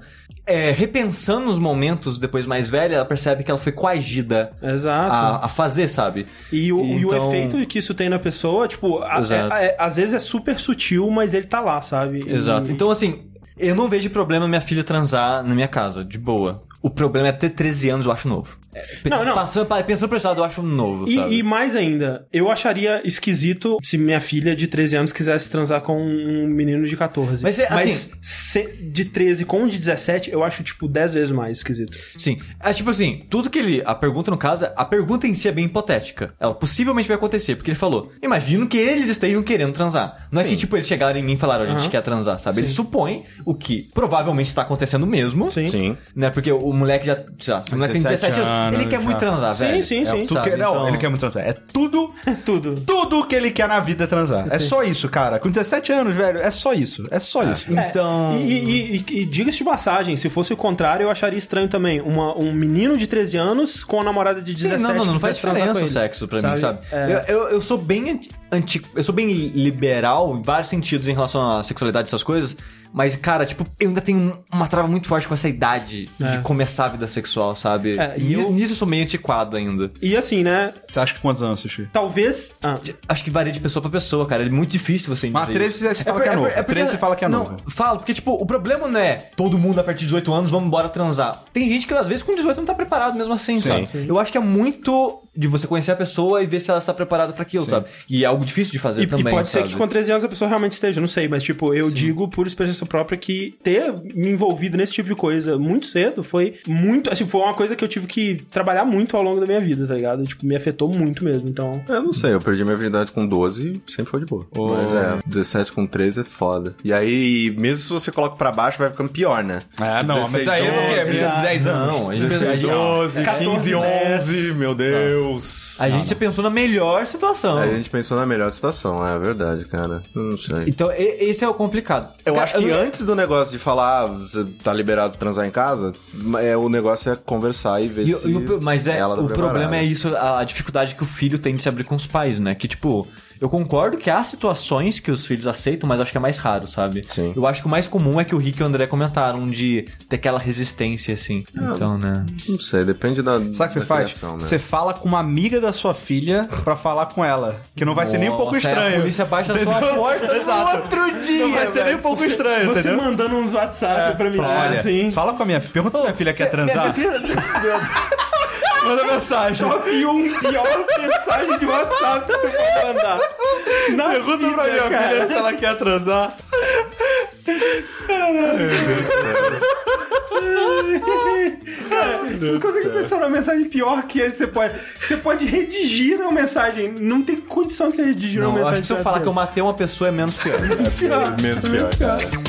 Speaker 4: é, repensando os momentos depois mais velha, ela percebe que ela foi coagida
Speaker 2: Exato.
Speaker 4: a, a fazer, sabe?
Speaker 2: E o, e o
Speaker 4: Então-
Speaker 2: efeito que isso tem na pessoa, tipo, a-
Speaker 4: Exato.
Speaker 2: é- é- às vezes é super sutil, mas ele tá lá, sabe? E-
Speaker 4: Exato. Então, assim, eu não vejo problema minha filha transar na minha casa, de boa. O problema é ter 13 anos, eu acho novo. É, pe-
Speaker 2: Não, não.
Speaker 4: Passando, pa- pensando por esse lado, eu acho novo, sabe?
Speaker 2: E, e mais ainda, eu acharia esquisito se minha filha de 13 anos quisesse transar com um menino de 14.
Speaker 4: Mas é, assim-
Speaker 2: se- de 13 com um de 17, eu acho, tipo, 10 vezes mais esquisito.
Speaker 4: Sim. É tipo assim, tudo que ele. A pergunta, no caso, a pergunta em si é bem hipotética. Ela possivelmente vai acontecer, porque ele falou: imagino que eles estejam querendo transar. Não é que, tipo, eles chegaram em mim e falaram, a gente quer transar, sabe? Ele supõe o que provavelmente está acontecendo mesmo.
Speaker 2: Sim.
Speaker 1: Sim.
Speaker 4: Né? Porque o moleque já. sei lá, se o moleque tem 17 anos, ele quer
Speaker 3: já.
Speaker 4: muito transar, velho.
Speaker 2: sim, sim.
Speaker 4: sabe?
Speaker 3: Tu quer- não,
Speaker 4: Então-
Speaker 3: ele quer muito transar. É tudo,
Speaker 2: Tudo.
Speaker 3: tudo que ele quer na vida é transar. É só isso, cara. Com 17 anos, velho, é só isso. É só isso.
Speaker 2: É,
Speaker 4: Então.
Speaker 2: E, e- e- e diga-se de passagem, se fosse o contrário, eu acharia estranho também. Uma- um menino de 13 anos com a namorada de
Speaker 4: Sim,
Speaker 2: 17
Speaker 4: não, não, não
Speaker 2: que
Speaker 4: faz
Speaker 2: quisesse transar
Speaker 4: diferença
Speaker 2: com
Speaker 4: o
Speaker 2: ele, É.
Speaker 4: sexo pra mim, sabe? Eu, eu, eu sou bem anti, anti- Eu sou bem liberal em vários sentidos em relação à sexualidade e essas coisas. Mas, cara, tipo, eu ainda tenho um- uma trava muito forte com essa idade de começar a vida sexual, sabe?
Speaker 2: É,
Speaker 4: e
Speaker 2: e eu-
Speaker 4: nisso eu sou meio antiquado ainda.
Speaker 2: E assim, né?
Speaker 3: Você acha que quantos anos, Sushi?
Speaker 2: Talvez. Ah,
Speaker 4: Acho que varia de pessoa pra pessoa, cara. É muito difícil você
Speaker 3: Mas
Speaker 4: dizer
Speaker 3: 13
Speaker 4: isso.
Speaker 3: você fala que é novo. 13 você fala que é
Speaker 4: não,
Speaker 3: novo.
Speaker 4: Falo, porque, tipo, o problema não é todo mundo a partir de 18 anos, vamos embora transar. Tem gente que, às vezes, com 18 não tá preparado mesmo assim, sabe? Eu acho que é muito de você conhecer a pessoa e ver se ela está preparada pra aquilo, sabe? E é algo difícil de fazer
Speaker 2: E, e
Speaker 4: também,
Speaker 2: pode
Speaker 4: sabe?
Speaker 2: ser que com 13 anos a pessoa realmente esteja, não sei, mas tipo, eu digo por experiência própria que ter me envolvido nesse tipo de coisa muito cedo foi muito, assim, foi uma coisa que eu tive que trabalhar muito ao longo da minha vida, tá ligado? Tipo, me afetou muito mesmo, então.
Speaker 1: Eu não sei, eu perdi minha virgindade com 12 e sempre foi de boa. Mas é, 17 com 13 é foda. E aí, mesmo se você coloca pra baixo, vai ficando pior, né?
Speaker 3: Ah, não,
Speaker 1: 16,
Speaker 3: mas aí eu não quero.
Speaker 1: 12,
Speaker 3: 10 anos.
Speaker 4: Não, a gente, pensa- a
Speaker 1: 16,
Speaker 4: gente,
Speaker 1: 12, 15,
Speaker 2: 14,
Speaker 1: 11, meu Deus.
Speaker 4: a gente pensou na melhor situação.
Speaker 1: Aí É, a gente pensou na melhor situação, é verdade, cara. Eu Não sei.
Speaker 4: Então, e- esse é o complicado.
Speaker 1: Eu
Speaker 4: Cara,
Speaker 1: acho que
Speaker 4: não-
Speaker 1: antes do negócio de falar, ah, você tá liberado transar em casa, é, o negócio é conversar e ver
Speaker 4: E-
Speaker 1: se.
Speaker 4: e o pro- mas é,
Speaker 1: ela tá
Speaker 4: o problema
Speaker 1: preparada.
Speaker 4: é isso, a, a dificuldade que o filho tem de se abrir com os pais, né? Que, tipo, eu concordo que há situações que os filhos aceitam, mas acho que é mais raro, sabe?
Speaker 1: Sim.
Speaker 4: Eu acho que o mais comum é que o Rick e o André comentaram de ter aquela resistência, assim.
Speaker 1: Ah,
Speaker 4: Então, né?
Speaker 1: Não sei, depende da.
Speaker 3: Sabe o que
Speaker 1: da
Speaker 3: você faz?
Speaker 1: criação, né?
Speaker 3: Você fala com uma amiga da sua filha pra falar com ela. Que não vai ser nem um pouco
Speaker 4: Nossa, aí
Speaker 3: estranho.
Speaker 4: A polícia baixa a sua porta
Speaker 3: Exato.
Speaker 4: no outro dia.
Speaker 3: Não vai ser nem um pouco estranho,
Speaker 2: Você
Speaker 3: entendeu? É,
Speaker 2: mandando uns WhatsApp pra mim,
Speaker 3: Fala, Olha,
Speaker 2: assim.
Speaker 3: fala com a minha filha. Pergunta se minha filha quer transar. Manda mensagem.
Speaker 2: E um pior mensagem de WhatsApp que você pode mandar. Na
Speaker 3: Pergunta pra minha
Speaker 2: cara.
Speaker 3: filha se ela quer transar.
Speaker 2: Vocês conseguem pensar numa mensagem pior que essa? Você pode, você pode redigir uma mensagem. Não tem condição de você redigir
Speaker 4: Não,
Speaker 2: uma
Speaker 4: eu
Speaker 2: mensagem.
Speaker 4: acho que se eu falar que eu matei uma pessoa é menos é pior.
Speaker 2: eu
Speaker 1: Menos pior, cara.